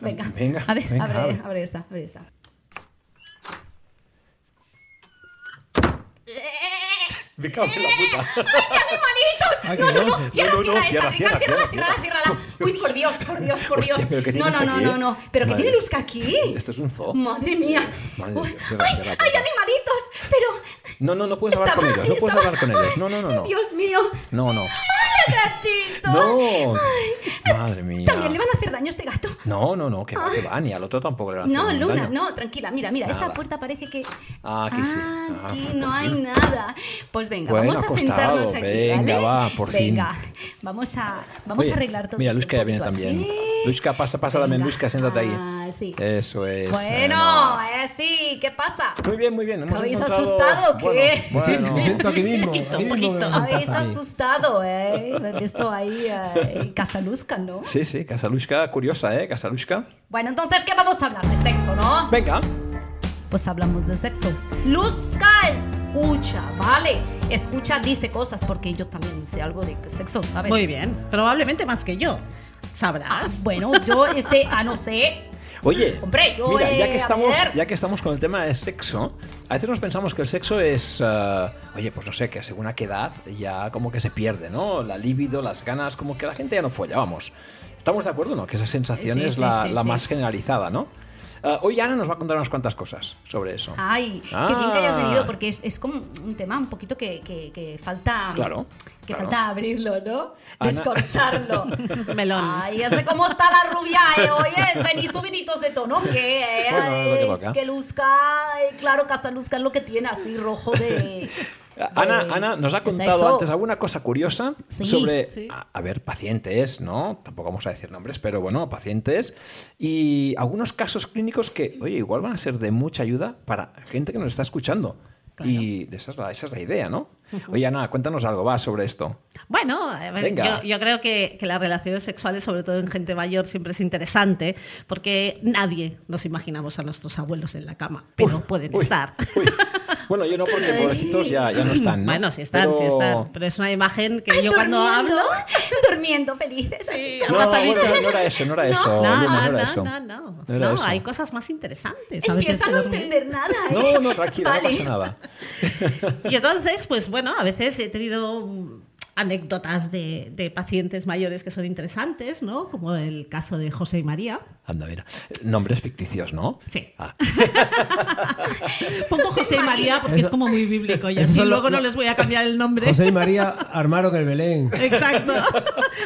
[SPEAKER 1] venga,
[SPEAKER 2] venga,
[SPEAKER 1] a ver,
[SPEAKER 2] venga,
[SPEAKER 1] abre,
[SPEAKER 2] abre.
[SPEAKER 1] abre esta, abre esta.
[SPEAKER 2] Me cago en la puta.
[SPEAKER 3] Ay,
[SPEAKER 1] ¡Ay,
[SPEAKER 3] qué
[SPEAKER 1] animalitos! No, no, no,
[SPEAKER 3] dulces.
[SPEAKER 1] cierra,
[SPEAKER 2] Ah, No, no, no,
[SPEAKER 1] cierra,
[SPEAKER 2] cierra,
[SPEAKER 1] esta, cierra,
[SPEAKER 2] cierra,
[SPEAKER 1] cierra, cierra,
[SPEAKER 2] cierra.
[SPEAKER 1] cierra. Uy, por Dios, por Dios, por
[SPEAKER 2] Hostia,
[SPEAKER 1] Dios.
[SPEAKER 2] pero ¿qué
[SPEAKER 1] No,
[SPEAKER 2] tiene
[SPEAKER 1] no,
[SPEAKER 2] esto
[SPEAKER 1] no,
[SPEAKER 2] aquí, eh?
[SPEAKER 1] no, no. ¿Pero qué
[SPEAKER 2] Madre.
[SPEAKER 1] tiene Luzca aquí?
[SPEAKER 2] Esto es un zoo.
[SPEAKER 1] Madre mía.
[SPEAKER 2] Madre mía,
[SPEAKER 1] Uy,
[SPEAKER 2] cierra,
[SPEAKER 1] ¡Ay,
[SPEAKER 2] cierra,
[SPEAKER 1] ay,
[SPEAKER 2] cierra.
[SPEAKER 1] animalitos! Pero...
[SPEAKER 2] No, no, no puedes hablar
[SPEAKER 1] está
[SPEAKER 2] con ellos. No
[SPEAKER 1] mal,
[SPEAKER 2] puedes
[SPEAKER 1] está
[SPEAKER 2] hablar con
[SPEAKER 1] mal.
[SPEAKER 2] ellos. No, no, no, no.
[SPEAKER 1] Dios mío.
[SPEAKER 2] No, no.
[SPEAKER 1] ¡Ay, gatito!
[SPEAKER 2] No.
[SPEAKER 1] Ay.
[SPEAKER 2] Madre mía.
[SPEAKER 1] También le van a hacer daño a este gato.
[SPEAKER 2] No, no, no, que va, que va, ni al otro tampoco le van a hacer
[SPEAKER 1] Ah. No,
[SPEAKER 2] ningún
[SPEAKER 1] Luna,
[SPEAKER 2] daño.
[SPEAKER 1] no, tranquila. Mira, mira, esta
[SPEAKER 2] Nada.
[SPEAKER 1] puerta parece que.
[SPEAKER 2] Ah, aquí sí.
[SPEAKER 1] Ah,
[SPEAKER 2] Ah,
[SPEAKER 1] aquí
[SPEAKER 2] por
[SPEAKER 1] no hay
[SPEAKER 2] fin.
[SPEAKER 1] nada. Pues venga,
[SPEAKER 2] Bueno,
[SPEAKER 1] vamos a
[SPEAKER 2] acostado,
[SPEAKER 1] sentarnos aquí.
[SPEAKER 2] venga,
[SPEAKER 1] ¿vale?
[SPEAKER 2] va, por fin.
[SPEAKER 1] Venga, vamos a, vamos
[SPEAKER 2] Oye,
[SPEAKER 1] a arreglar todo
[SPEAKER 2] Mira,
[SPEAKER 1] esto
[SPEAKER 2] Luisca
[SPEAKER 1] un
[SPEAKER 2] ya viene
[SPEAKER 1] poquito
[SPEAKER 2] también.
[SPEAKER 1] así.
[SPEAKER 2] Luisca, pasa, pasa también.
[SPEAKER 1] Venga.
[SPEAKER 2] Luisca, siéntate ahí.
[SPEAKER 1] Ah, sí.
[SPEAKER 2] Eso es.
[SPEAKER 1] Bueno, eh, sí, ¿qué pasa?
[SPEAKER 2] Muy bien, muy bien. Hemos
[SPEAKER 1] ¿Habéis
[SPEAKER 2] encontrado...
[SPEAKER 1] asustado o qué?
[SPEAKER 2] Bueno,
[SPEAKER 3] Sí,
[SPEAKER 2] bueno.
[SPEAKER 3] me siento aquí mismo.
[SPEAKER 5] Poquito,
[SPEAKER 3] aquí mismo me
[SPEAKER 5] poquito.
[SPEAKER 3] siento
[SPEAKER 1] Habéis
[SPEAKER 3] aquí.
[SPEAKER 1] asustado, ¿eh? Me he visto ahí eh, en Casaluzca, ¿no?
[SPEAKER 2] Sí, sí, Casalushka, curiosa, ¿eh? Casalushka.
[SPEAKER 1] Bueno, entonces, ¿qué vamos a hablar? De sexo, ¿no?
[SPEAKER 2] Venga.
[SPEAKER 1] pues hablamos de sexo. Luzca escucha, ¿vale? Escucha, dice cosas porque yo también sé algo de sexo, ¿sabes?
[SPEAKER 5] Muy bien. Probablemente más que yo.
[SPEAKER 1] Ah,
[SPEAKER 5] Sabrás.
[SPEAKER 1] bueno, yo este, ah, no sé.
[SPEAKER 2] Oye,
[SPEAKER 1] Hombre, yo,
[SPEAKER 2] mira, ya
[SPEAKER 1] eh,
[SPEAKER 2] que,
[SPEAKER 1] a
[SPEAKER 2] estamos,
[SPEAKER 1] ver.
[SPEAKER 2] ya que estamos con el tema de sexo, a veces nos pensamos que el sexo es, eh, oye, pues no sé, que según a qué edad ya como que se pierde, ¿no? La libido, las ganas, como que la gente ya no folla, vamos. ¿Estamos de acuerdo, no? Que esa sensación
[SPEAKER 1] Sí,
[SPEAKER 2] es
[SPEAKER 1] sí,
[SPEAKER 2] la,
[SPEAKER 1] sí,
[SPEAKER 2] la
[SPEAKER 1] sí.
[SPEAKER 2] más generalizada, ¿no? Eh, hoy Ana nos va a contar unas cuantas cosas sobre eso.
[SPEAKER 1] Ay, qué bien que
[SPEAKER 2] Ah.
[SPEAKER 1] hayas venido porque es, es como un tema un poquito que, que- que falta.
[SPEAKER 2] Claro,
[SPEAKER 1] Que
[SPEAKER 2] claro.
[SPEAKER 1] falta abrirlo, ¿no?
[SPEAKER 2] Ana-
[SPEAKER 1] Descorcharlo.
[SPEAKER 5] Melón.
[SPEAKER 1] Ay, ya sé cómo está la rubia, eh. Oye, venís subiditos de tono, ¿qué? Eh?
[SPEAKER 2] Bueno,
[SPEAKER 1] Ay,
[SPEAKER 2] lo que toca.
[SPEAKER 1] que luzca, ay, claro, casa luzca es lo que tiene así rojo de.
[SPEAKER 2] Ana,
[SPEAKER 1] de-
[SPEAKER 2] Ana nos ha
[SPEAKER 1] de
[SPEAKER 2] contado
[SPEAKER 1] sexo.
[SPEAKER 2] antes alguna cosa curiosa
[SPEAKER 1] Sí,
[SPEAKER 2] sobre,
[SPEAKER 5] pues sí.
[SPEAKER 2] a, a ver, pacientes, ¿no? Tampoco vamos a decir nombres, pero bueno, pacientes. Y algunos casos clínicos que, oye, igual van a ser de mucha ayuda para gente que nos está escuchando. Y de esa es, la, esa es la idea, ¿no? Oye, Ana, cuéntanos algo, va, sobre esto.
[SPEAKER 1] Ah.
[SPEAKER 5] Bueno, a ver,
[SPEAKER 2] Venga.
[SPEAKER 5] yo, yo creo que, que las relaciones sexuales, sobre todo en gente mayor, siempre es interesante porque nadie nos imaginamos a nuestros abuelos en la cama, pero
[SPEAKER 2] Uf,
[SPEAKER 5] pueden
[SPEAKER 2] uy,
[SPEAKER 5] estar.
[SPEAKER 2] uy. Bueno, yo no, porque pobrecitos ya, ya no están, ¿no?
[SPEAKER 5] Bueno, sí están, sí
[SPEAKER 2] Pero-
[SPEAKER 5] están, pero es una imagen que yo cuando hablo...
[SPEAKER 1] durmiendo, durmiendo felices. así,
[SPEAKER 2] No,
[SPEAKER 1] abrazaditos.
[SPEAKER 2] bueno, no era eso, no era eso,
[SPEAKER 5] No,
[SPEAKER 2] Luna,
[SPEAKER 5] no,
[SPEAKER 2] no era
[SPEAKER 5] no,
[SPEAKER 2] eso.
[SPEAKER 5] no, no.
[SPEAKER 2] No era
[SPEAKER 5] No,
[SPEAKER 2] eso.
[SPEAKER 5] hay cosas más interesantes. a veces
[SPEAKER 1] Empieza a
[SPEAKER 5] que
[SPEAKER 1] no
[SPEAKER 5] dormir.
[SPEAKER 1] entender nada. ¿eh?
[SPEAKER 2] No, no, tranquila,
[SPEAKER 1] Vale.
[SPEAKER 2] no pasa nada.
[SPEAKER 5] Y entonces, pues bueno, a veces he tenido mm, anécdotas de, de pacientes mayores que son interesantes, ¿no? Como el caso de José y María.
[SPEAKER 2] Anda, mira. Nombres ficticios, ¿no?
[SPEAKER 5] Sí.
[SPEAKER 2] Ah,
[SPEAKER 5] Pongo José y María porque
[SPEAKER 3] Eso-
[SPEAKER 5] es como muy bíblico y
[SPEAKER 3] eso
[SPEAKER 5] así
[SPEAKER 3] lo-
[SPEAKER 5] luego no
[SPEAKER 3] lo-
[SPEAKER 5] les voy a cambiar el nombre.
[SPEAKER 3] José y María armaron el Belén.
[SPEAKER 5] Exacto.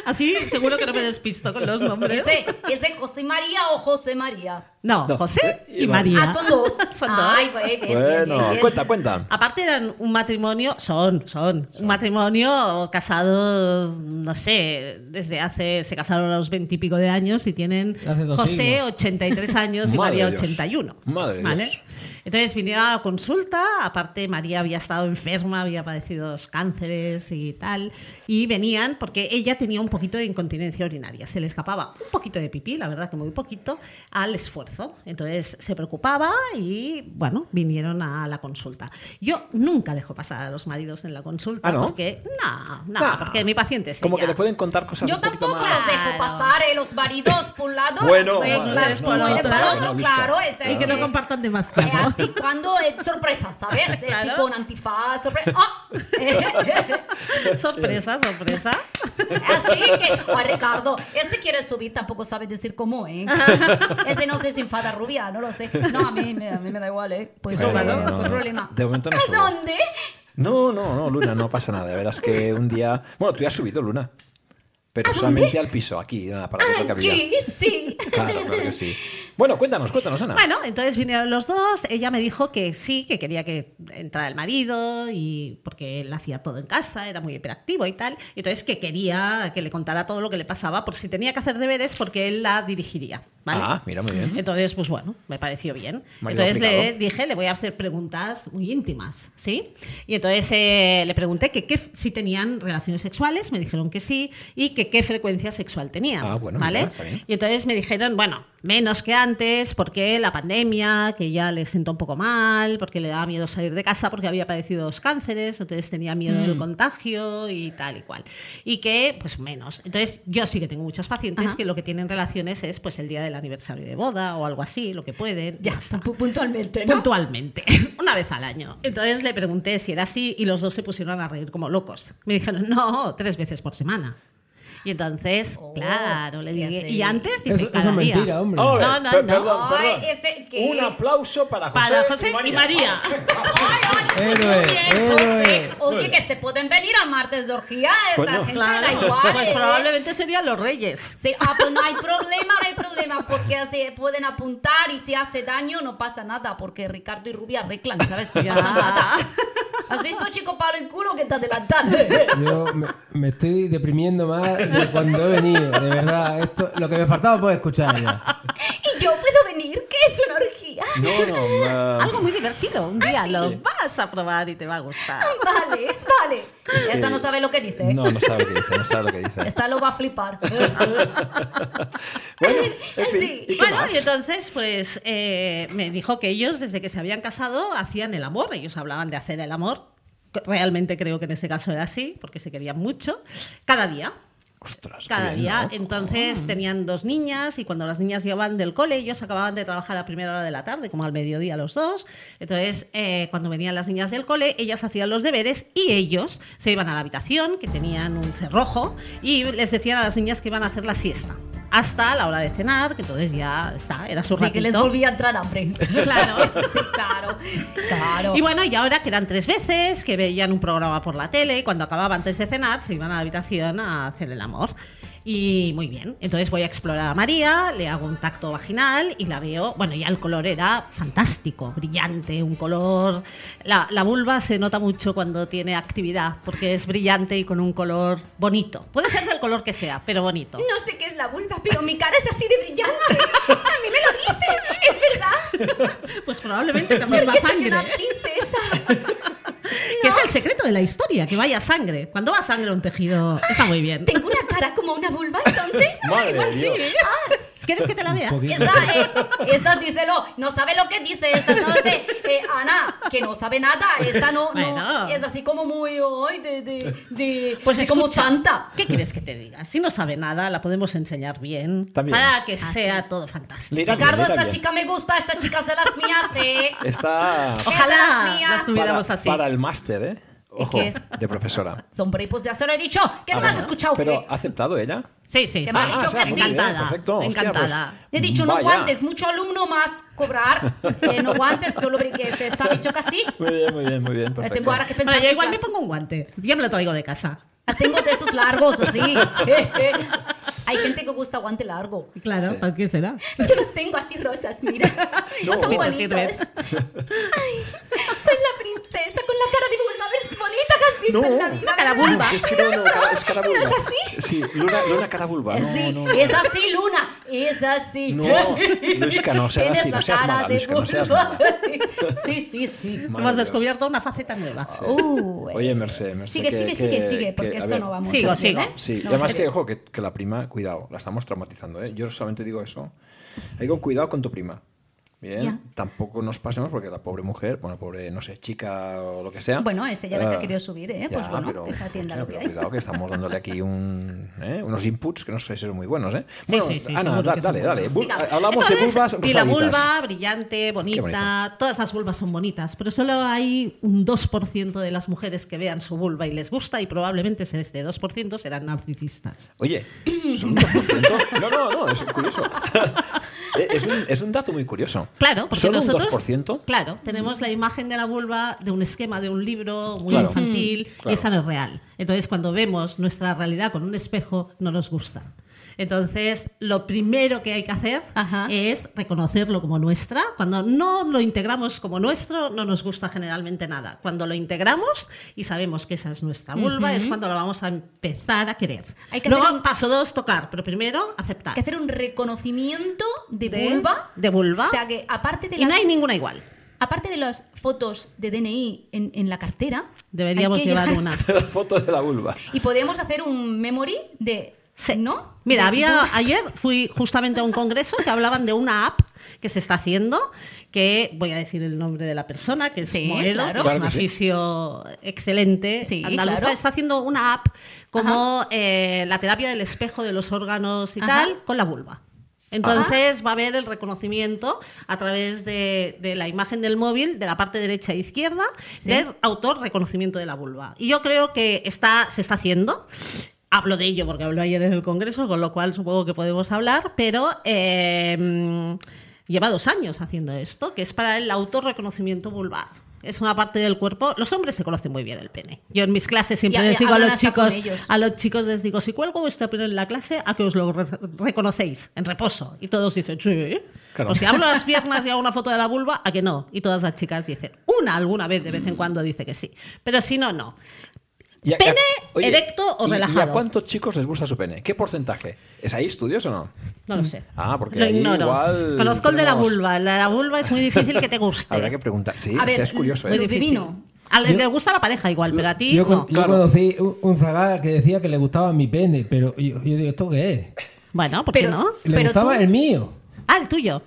[SPEAKER 5] Así seguro que no me despisto con los nombres.
[SPEAKER 1] ¿Ese, ese José María o José María?
[SPEAKER 5] No,
[SPEAKER 2] No,
[SPEAKER 5] José
[SPEAKER 2] eh, y
[SPEAKER 5] y María.
[SPEAKER 1] Ah, son dos.
[SPEAKER 5] Son dos.
[SPEAKER 1] Ay, güey, bien, bien,
[SPEAKER 2] bueno,
[SPEAKER 1] bien, bien.
[SPEAKER 2] cuenta, cuenta.
[SPEAKER 5] Aparte eran un matrimonio, son, son, un matrimonio casados, no sé, desde hace, se casaron a los veintipico de años y tienen
[SPEAKER 3] Hace dos siglos.
[SPEAKER 5] José 83 años y
[SPEAKER 2] Madre
[SPEAKER 5] María
[SPEAKER 2] de Dios.
[SPEAKER 5] 81.
[SPEAKER 2] Madre de
[SPEAKER 5] ¿vale?
[SPEAKER 2] Dios.
[SPEAKER 5] Entonces vinieron a la consulta, aparte María había estado enferma, había padecido dos cánceres y tal, y venían porque ella tenía un poquito de incontinencia urinaria, se le escapaba un poquito de pipí, la verdad que muy poquito, al esfuerzo. Entonces se preocupaba y, bueno, vinieron a la consulta. Yo nunca dejo pasar a los maridos en la consulta
[SPEAKER 2] ¿Ah, no?
[SPEAKER 5] porque, no, no,
[SPEAKER 2] Nah.
[SPEAKER 5] porque mi paciente es
[SPEAKER 2] Como que
[SPEAKER 5] ella.
[SPEAKER 2] le pueden contar cosas
[SPEAKER 1] Yo
[SPEAKER 2] un poquito
[SPEAKER 1] tampoco
[SPEAKER 2] más.
[SPEAKER 1] los dejo
[SPEAKER 5] Claro.
[SPEAKER 1] pasar eh, los maridos por un lado.
[SPEAKER 2] Bueno,
[SPEAKER 1] pues,
[SPEAKER 5] vale,
[SPEAKER 1] las-
[SPEAKER 5] es
[SPEAKER 1] por
[SPEAKER 5] por
[SPEAKER 1] otro,
[SPEAKER 5] otro,
[SPEAKER 2] no, listo.
[SPEAKER 1] claro. es,
[SPEAKER 5] Y que
[SPEAKER 1] eh,
[SPEAKER 2] Ah.
[SPEAKER 5] no compartan demasiado.
[SPEAKER 1] eh, así cuando es sorpresa, ¿sabes? Eh,
[SPEAKER 5] Claro.
[SPEAKER 1] así con antifaz, sorpresa. ¡Ah!
[SPEAKER 5] sorpresa, sorpresa.
[SPEAKER 1] Así que, "Ay, Ricardo, este quiere subir, tampoco sabe decir cómo, ¿eh? Ese no sé si enfada rubia, no lo sé. No, a mí, me- a mí me da igual, ¿eh? Pues
[SPEAKER 2] Bueno,
[SPEAKER 1] sube,
[SPEAKER 2] no,
[SPEAKER 1] no,
[SPEAKER 2] no, no.
[SPEAKER 1] hay problema.
[SPEAKER 2] De momento no
[SPEAKER 1] ¿A
[SPEAKER 2] sube.
[SPEAKER 1] dónde?
[SPEAKER 2] No, no, no, Luna, no pasa nada. De veras que un día. Bueno, tú ya has subido, Luna. Pero
[SPEAKER 1] ¿A
[SPEAKER 2] solamente
[SPEAKER 1] ¿Ah, dónde?
[SPEAKER 2] al piso, aquí, en la parada que había.
[SPEAKER 1] Aquí, Ah, sí.
[SPEAKER 2] Claro, claro que sí. Bueno, cuéntanos, cuéntanos, Ana.
[SPEAKER 5] Bueno, entonces vinieron los dos. Ella me dijo que sí, que quería que entrara el marido y porque él hacía todo en casa, era muy hiperactivo y tal. Y entonces que quería que le contara todo lo que le pasaba por si tenía que hacer deberes porque él la dirigiría. ¿vale?
[SPEAKER 2] Ah, mira, muy bien.
[SPEAKER 5] Entonces, pues bueno, me pareció bien.
[SPEAKER 2] Marido
[SPEAKER 5] entonces le
[SPEAKER 2] aplicado.
[SPEAKER 5] dije, le voy a hacer preguntas muy íntimas, ¿sí? Y entonces eh, le pregunté que, qué- si tenían relaciones sexuales, me dijeron que sí, y que qué frecuencia sexual tenían.
[SPEAKER 2] Ah, bueno,
[SPEAKER 5] ¿vale?
[SPEAKER 2] mira, está bien.
[SPEAKER 5] Y entonces me dijeron, bueno, menos que antes, porque la pandemia, que ya le sentó un poco mal, porque le daba miedo salir de casa, porque había padecido dos cánceres, entonces tenía miedo
[SPEAKER 1] Mm.
[SPEAKER 5] del contagio y tal y cual. Y que, pues menos. Entonces, yo sí que tengo muchos pacientes
[SPEAKER 1] Ajá.
[SPEAKER 5] que lo que tienen relaciones es pues el día del aniversario de boda o algo así, lo que pueden.
[SPEAKER 1] Ya,
[SPEAKER 5] ya está.
[SPEAKER 1] pu- puntualmente, ¿no?
[SPEAKER 5] Puntualmente, una vez al año. Entonces le pregunté si era así y los dos se pusieron a reír como locos. Me dijeron, no, tres veces por semana. Y entonces,
[SPEAKER 1] Oh,
[SPEAKER 5] claro, le
[SPEAKER 1] ya
[SPEAKER 5] dije.
[SPEAKER 1] sé.
[SPEAKER 5] Y antes, dice,
[SPEAKER 3] Eso, eso
[SPEAKER 5] cada
[SPEAKER 3] es
[SPEAKER 5] día.
[SPEAKER 3] mentira, hombre.
[SPEAKER 2] A ver,
[SPEAKER 5] No, no,
[SPEAKER 2] per-
[SPEAKER 5] no.
[SPEAKER 2] Perdón,
[SPEAKER 1] Ay,
[SPEAKER 2] perdón.
[SPEAKER 1] eh, ese que-
[SPEAKER 2] Un aplauso para José,
[SPEAKER 5] Para José y María.
[SPEAKER 3] Héroe, héroe.
[SPEAKER 1] Oye, que se pueden venir a martes de orgía. Esa
[SPEAKER 2] Coño.
[SPEAKER 1] gente da
[SPEAKER 5] Claro,
[SPEAKER 1] igual.
[SPEAKER 5] pues
[SPEAKER 1] ¿eh?
[SPEAKER 5] probablemente serían los reyes.
[SPEAKER 1] Sí, ah, pues no hay problema, no hay problema, porque así pueden apuntar y si hace daño no pasa nada, porque Ricardo y Rubia arreglan, ¿sabes? No
[SPEAKER 5] Ya.
[SPEAKER 1] pasa nada. ¿Has visto, chico, Pablo en culo que te adelantaste?
[SPEAKER 3] Yo me, me estoy deprimiendo más de cuando he venido, de verdad. Esto, lo que me faltaba por escuchar ya.
[SPEAKER 1] Y yo puedo venir, que es una orgía.
[SPEAKER 2] No, no. ma-
[SPEAKER 5] Algo muy divertido. Un día lo
[SPEAKER 2] Sí.
[SPEAKER 5] vas a probar y te va a gustar.
[SPEAKER 1] Vale, vale. Esta no sabe lo que dice. ¿eh?
[SPEAKER 2] No, no sabe lo que dice, no sabe lo que dice.
[SPEAKER 1] Esta lo va a flipar.
[SPEAKER 2] Bueno, en fin,
[SPEAKER 1] Sí.
[SPEAKER 2] ¿y qué
[SPEAKER 5] Bueno,
[SPEAKER 2] más?
[SPEAKER 5] y entonces, pues eh, me dijo que ellos, desde que se habían casado, hacían el amor. Ellos hablaban de hacer el amor. Realmente creo que en ese caso era así, porque se querían mucho. Cada día.
[SPEAKER 2] Ostras, Pues qué
[SPEAKER 5] Cada
[SPEAKER 2] bien,
[SPEAKER 5] día.
[SPEAKER 2] ¿no? Mm.
[SPEAKER 5] Entonces tenían dos niñas y cuando las niñas llevaban del cole, ellos acababan de trabajar a la primera hora de la tarde, como al mediodía los dos. Entonces, eh, cuando venían las niñas del cole, ellas hacían los deberes y ellos se iban a la habitación, que tenían un cerrojo, y les decían a las niñas que iban a hacer la siesta. Hasta la hora de cenar, que entonces ya está, era su
[SPEAKER 1] Así que les
[SPEAKER 5] ratito.
[SPEAKER 1] volví a entrar hambre.
[SPEAKER 5] Claro.
[SPEAKER 1] Sí, claro, claro.
[SPEAKER 5] Y bueno, y ahora que eran tres veces, que veían un programa por la tele y cuando acababa antes de cenar se iban a la habitación a hacer el amor. Y muy bien, entonces voy a explorar a María, le hago un tacto vaginal y la veo, bueno, ya el color era fantástico, brillante, un color... La, la vulva se nota mucho cuando tiene actividad porque es brillante y con un color bonito. Puede ser del color que sea, pero bonito.
[SPEAKER 1] No sé qué es la vulva, pero mi cara es así de brillante. A mí me lo dicen, es verdad.
[SPEAKER 5] Pues probablemente también va
[SPEAKER 1] Porque soy
[SPEAKER 5] sangre.
[SPEAKER 1] una princesa.
[SPEAKER 5] Que es el secreto de la historia, que vaya sangre. Cuando va sangre a un tejido, está muy bien.
[SPEAKER 1] Tengo una cara como una vulva, entonces.
[SPEAKER 2] Madre de
[SPEAKER 5] Igual sí.
[SPEAKER 2] Dios.
[SPEAKER 5] ¿Quieres que te la vea?
[SPEAKER 3] Un poquito.
[SPEAKER 1] Esa, eh, esa díselo, no sabe lo que dice, esa no es de, eh, Ana, que no sabe nada, esa no, no,
[SPEAKER 5] Bueno. Pues
[SPEAKER 1] es así como muy, ay, de, de, de, de
[SPEAKER 5] es
[SPEAKER 1] como santa.
[SPEAKER 5] ¿Qué quieres que te diga? Si no sabe nada, la podemos enseñar bien.
[SPEAKER 2] También.
[SPEAKER 5] Para que sea todo fantástico.
[SPEAKER 2] Le irá bien,
[SPEAKER 1] este Ricardo,
[SPEAKER 2] le irá
[SPEAKER 1] esta
[SPEAKER 2] bien.
[SPEAKER 1] chica me gusta, esta chica es de las mías, eh.
[SPEAKER 2] Está
[SPEAKER 1] Esas
[SPEAKER 5] Ojalá
[SPEAKER 1] mías.
[SPEAKER 5] las tuviéramos
[SPEAKER 2] para,
[SPEAKER 5] así.
[SPEAKER 2] para el máster, ¿eh? Ojo,
[SPEAKER 1] qué?
[SPEAKER 2] de profesora.
[SPEAKER 1] Hombre, pues ya se lo he dicho, que
[SPEAKER 2] Ah,
[SPEAKER 1] no me has
[SPEAKER 2] bueno,
[SPEAKER 1] escuchado.
[SPEAKER 2] Pero
[SPEAKER 1] ¿qué?
[SPEAKER 2] ¿ha aceptado ella? Ah,
[SPEAKER 5] Sí, sí,
[SPEAKER 1] Que
[SPEAKER 5] sí.
[SPEAKER 1] me han dicho que
[SPEAKER 2] muy
[SPEAKER 1] sí.
[SPEAKER 2] bien,
[SPEAKER 5] Encantada,
[SPEAKER 2] ¿eh? perfecto. Hostia,
[SPEAKER 5] encantada.
[SPEAKER 2] pues,
[SPEAKER 1] Le he dicho, no
[SPEAKER 2] vaya.
[SPEAKER 1] guantes, mucho alumno más cobrar, eh, no guantes, no lo brinques, está dicho casi.
[SPEAKER 2] Muy bien, muy bien, muy bien. Perfecto.
[SPEAKER 1] Tengo ahora que pensar.
[SPEAKER 5] Bueno, yo
[SPEAKER 1] que
[SPEAKER 5] igual
[SPEAKER 1] ya-
[SPEAKER 5] me pongo un guante. Ya me lo traigo de casa.
[SPEAKER 1] Ah, Tengo de esos largos, así. Eh, eh. Hay gente que gusta guante largo.
[SPEAKER 5] Claro,
[SPEAKER 2] Sí.
[SPEAKER 5] ¿para qué será?
[SPEAKER 1] Yo los tengo así rosas, mira. No, son
[SPEAKER 5] Mira,
[SPEAKER 1] bonitos.
[SPEAKER 5] sí,
[SPEAKER 1] Ay, soy la princesa con la cara de vulva más bonita que has visto en la vida.
[SPEAKER 5] cara vulva.
[SPEAKER 2] Es que no, no, cara- es cara
[SPEAKER 1] ¿No es
[SPEAKER 2] vulva.
[SPEAKER 1] así?
[SPEAKER 2] Sí, Luna, Luna cara vulva. No,
[SPEAKER 1] Sí,
[SPEAKER 2] no,
[SPEAKER 1] es así, Luna. Es así.
[SPEAKER 2] No, Luisca, no seas
[SPEAKER 1] Tienes
[SPEAKER 2] así, no
[SPEAKER 1] la
[SPEAKER 2] seas
[SPEAKER 1] cara
[SPEAKER 2] mala,
[SPEAKER 1] de
[SPEAKER 2] Luisca, no seas
[SPEAKER 1] vulva. Sí, sí, sí.
[SPEAKER 2] Madre
[SPEAKER 5] Hemos
[SPEAKER 2] de Dios.
[SPEAKER 5] descubierto una faceta nueva.
[SPEAKER 1] Uh, eh.
[SPEAKER 2] Oye, Merced, Merced.
[SPEAKER 1] Sigue,
[SPEAKER 2] que-
[SPEAKER 1] sigue,
[SPEAKER 2] que-
[SPEAKER 1] sigue, sigue,
[SPEAKER 2] que-
[SPEAKER 1] porque
[SPEAKER 2] a
[SPEAKER 1] esto
[SPEAKER 2] ver,
[SPEAKER 1] no va muy
[SPEAKER 5] Sigo,
[SPEAKER 1] bien,
[SPEAKER 5] sigo.
[SPEAKER 1] ¿eh?
[SPEAKER 2] Sí, y
[SPEAKER 1] No,
[SPEAKER 2] además
[SPEAKER 1] sí.
[SPEAKER 2] que, ojo, que, que la prima, cuidado, la estamos traumatizando, ¿eh? Yo solamente digo eso. Hay que cuidado con tu prima. Bien,
[SPEAKER 1] Ya.
[SPEAKER 2] tampoco nos pasemos porque la pobre mujer, bueno, pobre, no sé, chica o lo que sea.
[SPEAKER 4] Bueno, ese ya la que
[SPEAKER 2] eh,
[SPEAKER 4] ha querido subir, ¿eh? Pues bueno, que se atienda lo
[SPEAKER 2] pero
[SPEAKER 4] que hay.
[SPEAKER 2] Cuidado que estamos dándole aquí un, ¿eh? unos inputs que no sé si son muy buenos, ¿eh?
[SPEAKER 5] Sí, sí, sí,
[SPEAKER 2] Ana,
[SPEAKER 5] seguro
[SPEAKER 2] da-
[SPEAKER 5] que son
[SPEAKER 2] dale, dale.
[SPEAKER 5] buenos.
[SPEAKER 2] Bul-
[SPEAKER 1] Sigamos.
[SPEAKER 2] Hablamos de vulvas
[SPEAKER 5] y la
[SPEAKER 2] rosaditas.
[SPEAKER 5] vulva, brillante, bonita,
[SPEAKER 2] bonito.
[SPEAKER 5] todas las vulvas son bonitas, pero solo hay un 2% de las mujeres que vean su vulva y les gusta y probablemente ese- este 2% serán narcisistas.
[SPEAKER 2] Oye, son un 2%. No, no, no, es curioso. Eh, es, un, es un dato muy curioso.
[SPEAKER 5] Claro, porque
[SPEAKER 2] Solo
[SPEAKER 5] nosotros,
[SPEAKER 2] un 2%.
[SPEAKER 5] claro,
[SPEAKER 1] Mm.
[SPEAKER 5] tenemos la imagen de la vulva de un esquema de un libro muy
[SPEAKER 2] Claro.
[SPEAKER 5] infantil
[SPEAKER 2] Mm, claro.
[SPEAKER 5] y esa no es real. Entonces, cuando vemos nuestra realidad con un espejo, no nos gusta. Entonces, lo primero que hay que hacer
[SPEAKER 4] Ajá.
[SPEAKER 5] es reconocerlo como nuestra. Cuando no lo integramos como nuestro, no nos gusta generalmente nada. Cuando lo integramos y sabemos que esa es nuestra vulva, es cuando la vamos a empezar a querer.
[SPEAKER 1] Hay que
[SPEAKER 5] Luego,
[SPEAKER 1] hacer un-
[SPEAKER 5] paso dos, tocar, pero primero, aceptar.
[SPEAKER 1] Hay que hacer un reconocimiento de vulva.
[SPEAKER 5] De vulva.
[SPEAKER 1] O sea que aparte de
[SPEAKER 5] y no
[SPEAKER 1] las
[SPEAKER 5] hay ninguna igual.
[SPEAKER 1] aparte de las fotos de DNI en, en la cartera,
[SPEAKER 5] Deberíamos
[SPEAKER 1] hay que
[SPEAKER 5] llevar una.
[SPEAKER 2] La foto de la vulva.
[SPEAKER 1] Y podemos hacer un memory de
[SPEAKER 5] Sí.
[SPEAKER 1] ¿no?
[SPEAKER 5] Mira,
[SPEAKER 1] De-
[SPEAKER 5] había ayer fui justamente a un congreso que hablaban de una app que se está haciendo, que voy a decir el nombre de la persona, que es
[SPEAKER 1] Sí,
[SPEAKER 5] Moedo,
[SPEAKER 1] claro.
[SPEAKER 5] que es
[SPEAKER 2] Claro
[SPEAKER 5] una
[SPEAKER 2] que sí.
[SPEAKER 5] fisio excelente
[SPEAKER 1] Sí,
[SPEAKER 5] andaluza,
[SPEAKER 1] claro.
[SPEAKER 5] está haciendo una app como eh, la terapia del espejo de los órganos y
[SPEAKER 1] Ajá.
[SPEAKER 5] tal con la vulva. Entonces
[SPEAKER 1] Ah.
[SPEAKER 5] va a haber el reconocimiento a través de, de la imagen del móvil, de la parte derecha e izquierda, del autor reconocimiento de la vulva. Y yo creo que está, se está haciendo. Hablo de ello porque habló ayer en el Congreso, con lo cual supongo que podemos hablar, pero eh, mm, lleva dos años haciendo esto, que es para el autorreconocimiento vulvar. Es una parte del cuerpo. Los hombres se conocen muy bien el pene. Yo en mis clases siempre
[SPEAKER 1] Ya,
[SPEAKER 5] les
[SPEAKER 1] ya,
[SPEAKER 5] digo a
[SPEAKER 1] hablan
[SPEAKER 5] los
[SPEAKER 1] hasta con
[SPEAKER 5] chicos,
[SPEAKER 1] ellos.
[SPEAKER 5] a los chicos les digo, si cuelgo vuestro pene en la clase, a que os lo re- reconocéis, en reposo. Y todos dicen, sí.
[SPEAKER 2] Claro.
[SPEAKER 5] O si hablo las piernas y hago una foto de la vulva, a que no. Y todas las chicas dicen, una alguna vez, de vez
[SPEAKER 2] Mm.
[SPEAKER 5] en cuando dice que sí. Pero si no, no.
[SPEAKER 2] Y a-
[SPEAKER 5] Pene
[SPEAKER 2] a-
[SPEAKER 5] erecto o
[SPEAKER 2] y- ¿Y a
[SPEAKER 5] relajado.
[SPEAKER 2] cuántos chicos les gusta su pene? ¿Qué porcentaje? ¿Es ahí estudios o no?
[SPEAKER 5] No lo sé.
[SPEAKER 2] Ah, porque
[SPEAKER 5] lo
[SPEAKER 2] ahí
[SPEAKER 5] ignoro.
[SPEAKER 2] igual
[SPEAKER 5] Conozco el de la
[SPEAKER 2] tenemos-
[SPEAKER 5] vulva. El de la vulva es muy difícil que te guste.
[SPEAKER 2] Habrá que preguntar. Sí,
[SPEAKER 1] A
[SPEAKER 2] es,
[SPEAKER 1] ver,
[SPEAKER 2] es curioso,
[SPEAKER 1] muy
[SPEAKER 2] ¿eh?
[SPEAKER 5] Muy difícil.
[SPEAKER 1] Divino.
[SPEAKER 5] Al
[SPEAKER 3] Yo-
[SPEAKER 5] le gusta la pareja igual, pero a ti
[SPEAKER 3] Yo, con-
[SPEAKER 5] no.
[SPEAKER 3] yo
[SPEAKER 2] Claro.
[SPEAKER 3] conocí un, un zagal que decía que le gustaba mi pene, pero yo, yo digo, ¿esto qué es?
[SPEAKER 5] Bueno, ¿por qué
[SPEAKER 1] Pero-
[SPEAKER 5] no?
[SPEAKER 3] Le
[SPEAKER 1] Pero
[SPEAKER 3] gustaba
[SPEAKER 1] tú-
[SPEAKER 3] el mío.
[SPEAKER 5] Ah, el tuyo.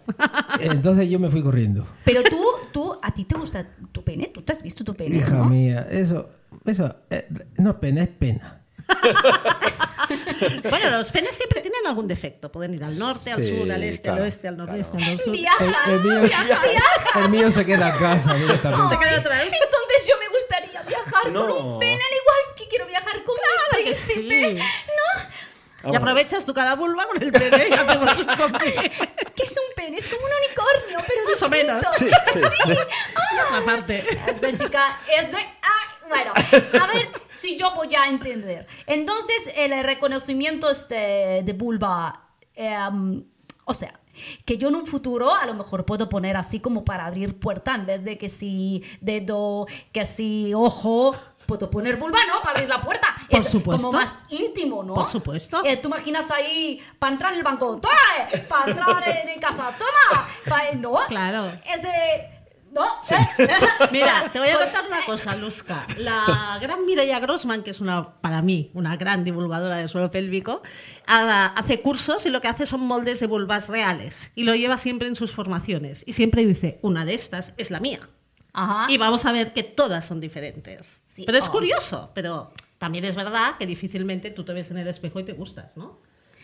[SPEAKER 3] Entonces yo me fui corriendo.
[SPEAKER 1] Pero tú, tú, a ti te gusta tu pene, tú te has visto tu pene,
[SPEAKER 3] Hija
[SPEAKER 1] ¿no?
[SPEAKER 3] mía, eso, eso, eh, no es pena, es pena.
[SPEAKER 5] bueno, los penes siempre tienen algún defecto. Pueden ir al norte, al
[SPEAKER 2] Sí,
[SPEAKER 5] sur, al este,
[SPEAKER 2] claro,
[SPEAKER 5] al oeste, al nordeste,
[SPEAKER 2] claro.
[SPEAKER 5] al sur.
[SPEAKER 1] Viaja.
[SPEAKER 3] El,
[SPEAKER 2] eh,
[SPEAKER 3] el mío, el mío se queda en casa directamente.
[SPEAKER 5] queda atrás.
[SPEAKER 1] Entonces yo me gustaría viajar con
[SPEAKER 2] No.
[SPEAKER 1] un pene, al igual que quiero viajar con mi
[SPEAKER 5] Que
[SPEAKER 1] príncipe.
[SPEAKER 5] sí. Y
[SPEAKER 2] Vamos a ver.
[SPEAKER 5] aprovechas tu cara vulva con el pene y hacemos un combi.
[SPEAKER 1] ¿Qué es un pene? Es como un unicornio, pero
[SPEAKER 5] Más o
[SPEAKER 1] distinto. Ah,
[SPEAKER 5] menos.
[SPEAKER 2] Sí, sí.
[SPEAKER 5] Aparte.
[SPEAKER 1] Esta chica es de... Ah, bueno, a ver si yo voy a entender. Entonces, el reconocimiento este de vulva, em, o sea, que yo en un futuro a lo mejor puedo poner así como para abrir puerta en vez de que si dedo, que si ojo. Puedo poner vulva, ¿no? Para abrir la puerta.
[SPEAKER 5] Por
[SPEAKER 1] es
[SPEAKER 5] supuesto.
[SPEAKER 1] Como más íntimo, ¿no?
[SPEAKER 5] Por supuesto.
[SPEAKER 1] Eh, tú imaginas ahí, para entrar en el banco, ¡toma! Para entrar en, en casa, ¡toma! Pa- eh, ¿No?
[SPEAKER 5] Claro.
[SPEAKER 1] Ese... ¿No? ¿Eh?
[SPEAKER 5] Mira, te voy a contar una cosa, Luzca. La gran Mireia Grossman, que es una, para mí, una gran divulgadora del suelo pélvico, ha- hace cursos y lo que hace son moldes de vulvas reales y lo lleva siempre en sus formaciones. Y siempre dice, una de estas es la mía.
[SPEAKER 1] Ajá.
[SPEAKER 5] Y vamos a ver que todas son diferentes.
[SPEAKER 1] Ah. Sí,
[SPEAKER 5] pero es
[SPEAKER 1] oh.
[SPEAKER 5] curioso, pero también es verdad que difícilmente tú te ves en el espejo y te gustas, ¿no?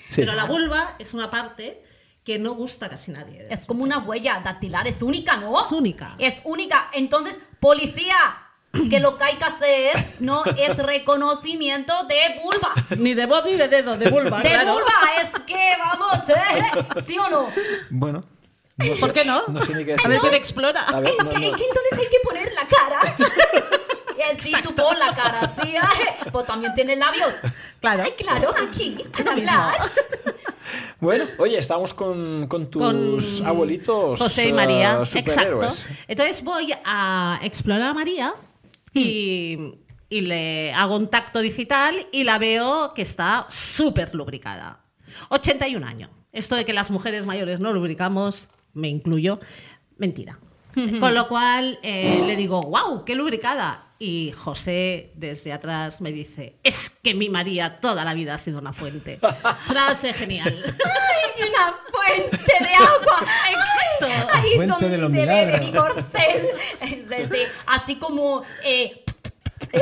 [SPEAKER 2] Sí.
[SPEAKER 5] Pero la vulva es una parte que no gusta casi nadie.
[SPEAKER 1] Es como una huella dactilar, es única, ¿no?
[SPEAKER 5] Es única.
[SPEAKER 1] Es única. Entonces, policía, que lo que hay que hacer no es reconocimiento de vulva.
[SPEAKER 5] Ni de voz ni de dedo, de vulva.
[SPEAKER 1] De
[SPEAKER 5] claro.
[SPEAKER 1] vulva, es que vamos, ¿eh? ¿Sí o no?
[SPEAKER 2] Bueno. no sé-
[SPEAKER 5] ¿Por qué no?
[SPEAKER 2] No sé ni qué
[SPEAKER 5] A
[SPEAKER 2] decir.
[SPEAKER 5] ver quién explora.
[SPEAKER 2] A ver,
[SPEAKER 1] ¿En
[SPEAKER 2] no,
[SPEAKER 1] qué-
[SPEAKER 2] no.
[SPEAKER 1] en qué entonces hay que poner la cara? Eh, Sí, tú pon la cara, sí, ¿eh? pues también tiene labios.
[SPEAKER 5] Claro.
[SPEAKER 1] Ay, claro, aquí, para
[SPEAKER 5] Eso mismo.
[SPEAKER 1] hablar.
[SPEAKER 2] Bueno, oye, estamos con, con tus abuelitos.
[SPEAKER 5] José y
[SPEAKER 2] eh,
[SPEAKER 5] María. Exacto.
[SPEAKER 2] superhéroes.
[SPEAKER 5] Entonces voy a explorar a María y, y le hago un tacto digital y la veo que está súper lubricada. 81 años. Esto de que las mujeres mayores no lubricamos, me incluyo, mentira. Con lo cual eh, le digo, wow, qué lubricada. Y José desde atrás me dice, es que mi María toda la vida ha sido una fuente. Frase genial.
[SPEAKER 1] ¡Ay, una fuente de agua!
[SPEAKER 5] Exacto.
[SPEAKER 1] Ahí
[SPEAKER 3] Fuente
[SPEAKER 1] es donde
[SPEAKER 3] de los
[SPEAKER 1] bebe
[SPEAKER 3] milagros.
[SPEAKER 1] mi cortel. Es este, así como... eh,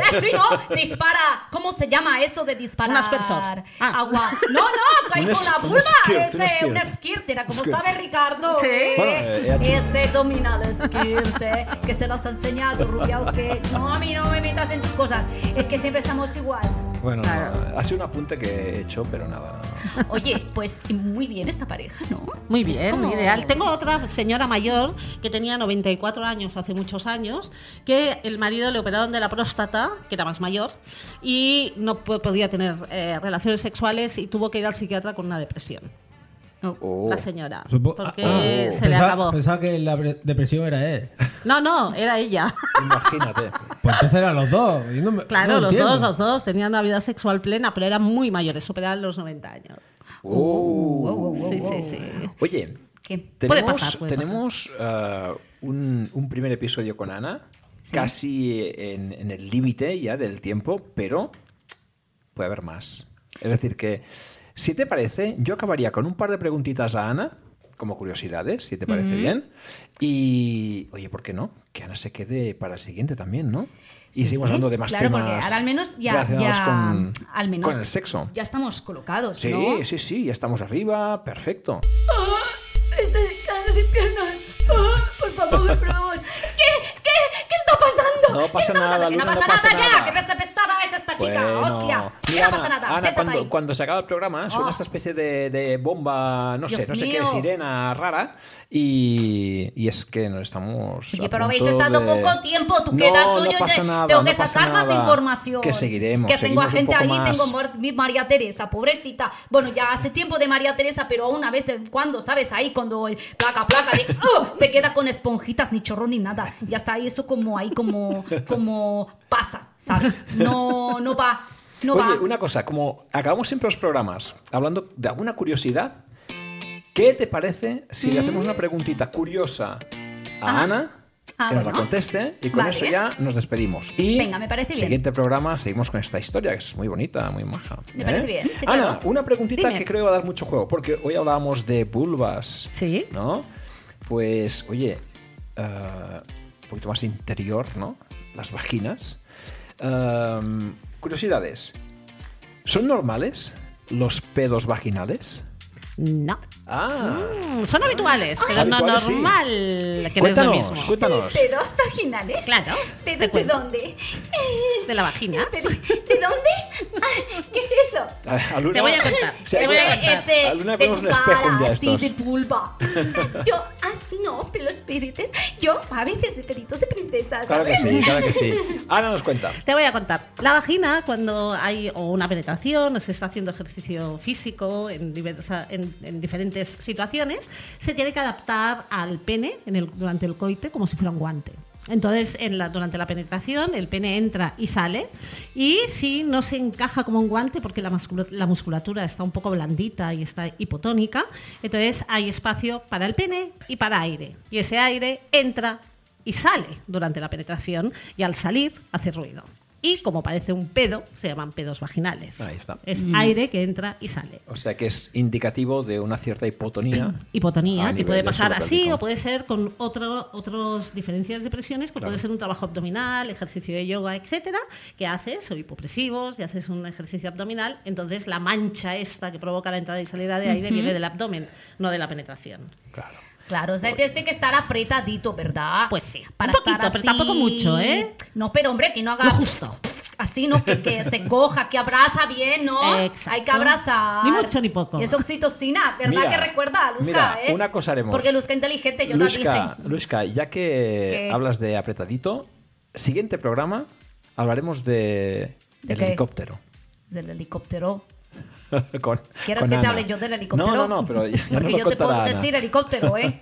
[SPEAKER 1] así, ¿no? Dispara... ¿Cómo se llama eso de disparar?
[SPEAKER 5] Un aspersor. Ah.
[SPEAKER 1] Agua. No, no, ahí
[SPEAKER 2] Un
[SPEAKER 1] con
[SPEAKER 2] es-
[SPEAKER 1] la
[SPEAKER 2] un
[SPEAKER 1] vulva.
[SPEAKER 2] skirt, un
[SPEAKER 1] ese,
[SPEAKER 2] skirt.
[SPEAKER 1] una skirt. Era como
[SPEAKER 2] Skirt.
[SPEAKER 1] sabe Ricardo.
[SPEAKER 5] Sí.
[SPEAKER 1] eh,
[SPEAKER 2] Bueno, eh, ella chupa.
[SPEAKER 1] ese domina la skirt, eh, que se los ha enseñado, Rubia, o que... No, a mí no me metas en tus cosas. Es que siempre estamos igual.
[SPEAKER 2] Bueno, no, ha sido un apunte que he hecho, pero nada. no.
[SPEAKER 4] Oye, pues muy bien esta pareja, ¿no?
[SPEAKER 5] Muy
[SPEAKER 4] Es
[SPEAKER 5] bien,
[SPEAKER 4] como-
[SPEAKER 5] ideal. Tengo otra señora mayor que tenía 94 años hace muchos años, que el marido le operaron de la próstata, que era más mayor, y no po- podía tener eh, relaciones sexuales y tuvo que ir al psiquiatra con una depresión.
[SPEAKER 2] Oh.
[SPEAKER 5] La señora.
[SPEAKER 3] Supo-
[SPEAKER 5] porque
[SPEAKER 3] Ah,
[SPEAKER 5] se le
[SPEAKER 3] pensaba-
[SPEAKER 5] acabó.
[SPEAKER 3] Pensaba que la pre- depresión era él.
[SPEAKER 5] No, no, era ella.
[SPEAKER 2] Imagínate.
[SPEAKER 3] Pues entonces eran los dos. Yo no me-
[SPEAKER 5] Claro,
[SPEAKER 3] no lo
[SPEAKER 5] los
[SPEAKER 3] entiendo.
[SPEAKER 5] dos, los dos tenían una vida sexual plena, pero eran muy mayores, superaban los 90 años.
[SPEAKER 2] Oh.
[SPEAKER 5] uh, sí, sí, sí.
[SPEAKER 2] Oye,
[SPEAKER 4] ¿Qué?
[SPEAKER 5] Puede
[SPEAKER 2] tenemos,
[SPEAKER 5] pasar, puede
[SPEAKER 2] tenemos eh, un, un primer episodio con Ana, casi en, en el límite ya del tiempo, pero puede haber más. Es decir, que si te parece, yo acabaría con un par de preguntitas a Ana, como curiosidades, si te parece bien. Y, oye, ¿por qué no? Que Ana se quede para el siguiente también, ¿no? Y seguimos hablando de más
[SPEAKER 4] claro,
[SPEAKER 2] temas
[SPEAKER 4] porque ahora al menos ya,
[SPEAKER 2] relacionados
[SPEAKER 4] ya-
[SPEAKER 2] con,
[SPEAKER 4] al menos
[SPEAKER 2] con el sexo.
[SPEAKER 4] Ya estamos colocados,
[SPEAKER 2] Sí,
[SPEAKER 4] ¿no?
[SPEAKER 2] sí, sí, ya estamos arriba, perfecto.
[SPEAKER 1] Estoy caras sin piernas. Ah, por favor, por favor. ¿Qué, qué, qué está pasando?
[SPEAKER 2] No pasa
[SPEAKER 1] ¿Qué está
[SPEAKER 2] nada,
[SPEAKER 1] pasando?
[SPEAKER 2] Luna,
[SPEAKER 1] no pasa
[SPEAKER 2] no pasa
[SPEAKER 1] nada, ya.
[SPEAKER 2] nada.
[SPEAKER 1] Que pesa pesada es esta chica,
[SPEAKER 2] Bueno.
[SPEAKER 1] hostia. Que
[SPEAKER 2] Mira,
[SPEAKER 1] no pasa
[SPEAKER 2] Ana,
[SPEAKER 1] nada,
[SPEAKER 2] Ana,
[SPEAKER 1] siéntate
[SPEAKER 2] cuando,
[SPEAKER 1] ahí.
[SPEAKER 2] cuando se acaba el programa suena
[SPEAKER 1] Oh.
[SPEAKER 2] esta especie de, de bomba, no sé,
[SPEAKER 4] Dios
[SPEAKER 2] no sé qué,
[SPEAKER 4] mío.
[SPEAKER 2] sirena rara. Y, y es que nos estamos.
[SPEAKER 1] Oye,
[SPEAKER 2] Pues, a
[SPEAKER 1] pero habéis
[SPEAKER 2] punto
[SPEAKER 1] estado
[SPEAKER 2] de-
[SPEAKER 1] poco tiempo, tú
[SPEAKER 2] no,
[SPEAKER 1] quedas
[SPEAKER 2] no
[SPEAKER 1] hoy, yo
[SPEAKER 2] pasa
[SPEAKER 1] te-
[SPEAKER 2] nada,
[SPEAKER 1] tengo
[SPEAKER 2] no
[SPEAKER 1] que
[SPEAKER 2] pasa
[SPEAKER 1] sacar más
[SPEAKER 2] nada.
[SPEAKER 1] información.
[SPEAKER 2] Que seguiremos.
[SPEAKER 1] Que tengo a
[SPEAKER 2] seguimos un
[SPEAKER 1] gente
[SPEAKER 2] poco
[SPEAKER 1] ahí,
[SPEAKER 2] más.
[SPEAKER 1] tengo Mar- mi María Teresa, pobrecita. Bueno, ya hace tiempo de María Teresa, pero aún a veces cuando, ¿sabes? Ahí cuando el placa, placa de ¡oh! se queda con esponjitas, ni chorro ni nada. Ya está ahí eso como ahí, como, como pasa, ¿sabes? No, no va, no
[SPEAKER 2] Oye,
[SPEAKER 1] va.
[SPEAKER 2] una cosa, como acabamos siempre los programas hablando de alguna curiosidad, ¿qué te parece si le hacemos una preguntita curiosa a Ana?
[SPEAKER 4] Mm. Ah,
[SPEAKER 2] que nos la
[SPEAKER 4] bueno.
[SPEAKER 2] conteste y con
[SPEAKER 4] Vale.
[SPEAKER 2] eso ya nos despedimos. Y
[SPEAKER 4] Venga, me parece bien.
[SPEAKER 2] siguiente programa seguimos con esta historia que es muy bonita, muy maja. ¿eh?
[SPEAKER 4] Me parece bien, sí,
[SPEAKER 2] Ana,
[SPEAKER 4] claro.
[SPEAKER 2] una preguntita
[SPEAKER 5] Dime.
[SPEAKER 2] que creo va a dar mucho juego, porque hoy hablábamos de vulvas.
[SPEAKER 5] Sí.
[SPEAKER 2] ¿no? Pues, oye, eh, un poquito más interior, ¿no? Las vaginas. Ehm, curiosidades. ¿Son normales los pedos vaginales?
[SPEAKER 5] No.
[SPEAKER 2] Ah,
[SPEAKER 5] Mm, Son
[SPEAKER 3] Ah.
[SPEAKER 5] habituales, pero no
[SPEAKER 2] Habituales, sí.
[SPEAKER 5] normal. Que no es lo
[SPEAKER 2] cuéntanos,
[SPEAKER 5] mismo.
[SPEAKER 2] cuéntanos.
[SPEAKER 1] ¿Pedos vaginales?
[SPEAKER 5] Claro. te
[SPEAKER 1] ¿Pedos de
[SPEAKER 5] cuento.
[SPEAKER 1] dónde?
[SPEAKER 5] De la vagina.
[SPEAKER 1] ¿De, de dónde? Ah, ¿Qué es eso?
[SPEAKER 2] A- a Luna-
[SPEAKER 5] Te voy a contar,
[SPEAKER 2] Sí,
[SPEAKER 5] te voy a
[SPEAKER 2] alguna-
[SPEAKER 5] contar.
[SPEAKER 2] a Luna vemos un espejo un día de
[SPEAKER 1] así
[SPEAKER 2] estos.
[SPEAKER 1] de pulpa. Yo, ah, no, pero los pedites, yo a veces de peditos de princesas.
[SPEAKER 2] Claro que sí, claro que sí. Ana nos cuenta.
[SPEAKER 5] Te voy a contar. La vagina, cuando hay o una penetración o se está haciendo ejercicio físico en, diversa- en- en diferentes situaciones, se tiene que adaptar al pene en el- durante el coite como si fuera un guante. Entonces, en la- durante la penetración, el pene entra y sale. Y si no se encaja como un guante, porque la, muscul- la musculatura está un poco blandita y está hipotónica, entonces hay espacio para el pene y para aire. Y ese aire entra y sale durante la penetración y al salir hace ruido. Y como parece un pedo, se llaman pedos vaginales.
[SPEAKER 2] Ahí está.
[SPEAKER 5] Es aire que entra y sale.
[SPEAKER 2] O sea que es indicativo de una cierta hipotonía. A
[SPEAKER 5] Hipotonía, que
[SPEAKER 2] Ah, nivel
[SPEAKER 5] puede pasar así
[SPEAKER 2] pélvico.
[SPEAKER 5] o puede ser con otro, otros diferencias de presiones, que
[SPEAKER 2] Claro.
[SPEAKER 5] puede ser un trabajo abdominal, ejercicio de yoga, etcétera, que haces, o hipopresivos, y haces un ejercicio abdominal. Entonces la mancha esta que provoca la entrada y salida de aire viene del abdomen, no de la penetración.
[SPEAKER 2] Claro.
[SPEAKER 1] Claro, o sea, tienes que estar apretadito, ¿verdad?
[SPEAKER 5] Pues sí, un
[SPEAKER 1] estar
[SPEAKER 5] poquito, pero tampoco mucho, ¿eh?
[SPEAKER 1] No, pero hombre, que no haga
[SPEAKER 5] Lo justo.
[SPEAKER 1] así, ¿no? Que, que se coja, que abraza bien, ¿no?
[SPEAKER 5] Exacto.
[SPEAKER 1] Hay que abrazar.
[SPEAKER 5] Ni mucho ni poco.
[SPEAKER 1] Y es oxitocina, ¿verdad?
[SPEAKER 2] Mira,
[SPEAKER 1] que recuerda, Luzca,
[SPEAKER 2] mira,
[SPEAKER 1] ¿eh?
[SPEAKER 2] una cosa haremos.
[SPEAKER 1] Porque Luzca inteligente, yo
[SPEAKER 2] Luisca,
[SPEAKER 1] te dije.
[SPEAKER 2] Luisca, ya que
[SPEAKER 1] ¿Qué?
[SPEAKER 2] hablas de apretadito, siguiente programa hablaremos de,
[SPEAKER 1] ¿De
[SPEAKER 2] el
[SPEAKER 1] qué?
[SPEAKER 2] helicóptero.
[SPEAKER 1] Del helicóptero.
[SPEAKER 2] con,
[SPEAKER 1] ¿Quieres
[SPEAKER 2] con
[SPEAKER 1] que te
[SPEAKER 2] Ana.
[SPEAKER 1] hable yo del helicóptero?
[SPEAKER 2] No, no, no, pero ya, ya nos
[SPEAKER 1] Porque
[SPEAKER 2] lo
[SPEAKER 1] yo te puedo
[SPEAKER 2] contará Ana.
[SPEAKER 1] decir helicóptero, ¿eh?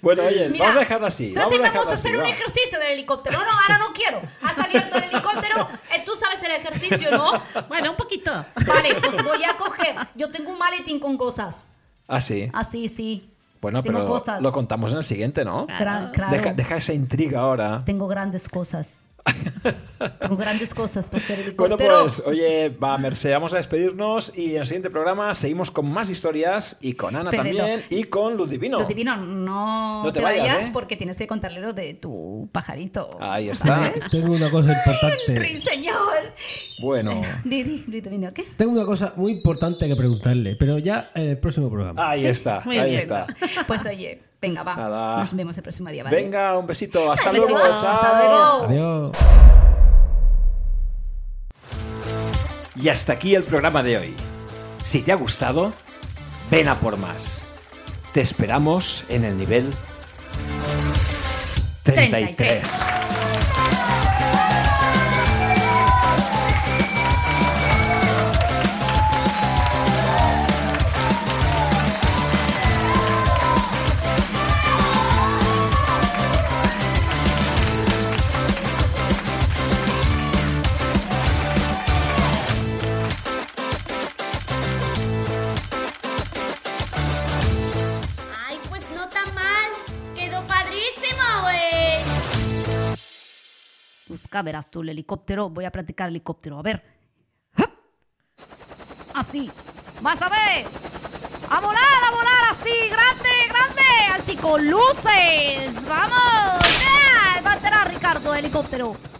[SPEAKER 2] Bueno, oye,
[SPEAKER 1] Mira,
[SPEAKER 2] vamos a dejarlo así.
[SPEAKER 1] entonces
[SPEAKER 2] Vamos a dejarlo
[SPEAKER 1] vamos a
[SPEAKER 2] así,
[SPEAKER 1] hacer un
[SPEAKER 2] va.
[SPEAKER 1] ejercicio del helicóptero. No, no, ahora no quiero. Has abierto el helicóptero. eh, Tú sabes el ejercicio, ¿no?
[SPEAKER 5] Bueno, un poquito.
[SPEAKER 1] Vale, pues voy a coger. Yo tengo un maletín con cosas.
[SPEAKER 2] Ah, sí.
[SPEAKER 1] Así, sí.
[SPEAKER 2] Bueno,
[SPEAKER 1] tengo
[SPEAKER 2] pero
[SPEAKER 1] cosas.
[SPEAKER 2] lo contamos en el siguiente, ¿no?
[SPEAKER 1] Gran- claro.
[SPEAKER 2] Deja, deja esa intriga ahora.
[SPEAKER 1] Tengo grandes cosas. tengo grandes cosas para hacer
[SPEAKER 2] Bueno,
[SPEAKER 1] helicóptero.
[SPEAKER 2] pues, oye, va, Merce, vamos a despedirnos y en el siguiente programa seguimos con más historias y con Ana
[SPEAKER 1] Pero no.
[SPEAKER 2] también y con Luz Divino.
[SPEAKER 1] Lo divino, no,
[SPEAKER 2] No te
[SPEAKER 1] te,
[SPEAKER 2] vayas,
[SPEAKER 1] vayas,
[SPEAKER 2] ¿eh?
[SPEAKER 1] porque tienes que contarle lo de tu pajarito.
[SPEAKER 2] Ahí está.
[SPEAKER 3] Tengo una cosa
[SPEAKER 1] ¡Ay,
[SPEAKER 3] importante.
[SPEAKER 1] señor!
[SPEAKER 2] Bueno.
[SPEAKER 1] Didi, Luis Divino, ¿qué?
[SPEAKER 3] Tengo una cosa muy importante que preguntarle, pero ya en el próximo
[SPEAKER 5] Ah.
[SPEAKER 3] programa.
[SPEAKER 2] Ahí está,
[SPEAKER 5] muy
[SPEAKER 2] ahí
[SPEAKER 5] bien.
[SPEAKER 2] está.
[SPEAKER 1] Pues oye, venga, va.
[SPEAKER 2] Nada.
[SPEAKER 1] Nos vemos el próximo día, ¿vale?
[SPEAKER 2] Venga, un besito. Hasta
[SPEAKER 5] Un
[SPEAKER 2] luego.
[SPEAKER 5] besito,
[SPEAKER 2] Chao.
[SPEAKER 1] Hasta luego.
[SPEAKER 3] Adiós.
[SPEAKER 2] Y hasta aquí el programa de hoy. Si te ha gustado, ven a por más. Te esperamos en el nivel 33.
[SPEAKER 1] 33.
[SPEAKER 7] Ay, pues no tan mal. Quedó padrísimo, güey.
[SPEAKER 1] Busca, Pues, verás tú el helicóptero. Voy a practicar el helicóptero. A ver. ¡Hup! Así. Vas a ver. A volar, a volar así. Grande, grande. Así con luces. Vamos. ¡Ya! Va a tener Ricardo el helicóptero.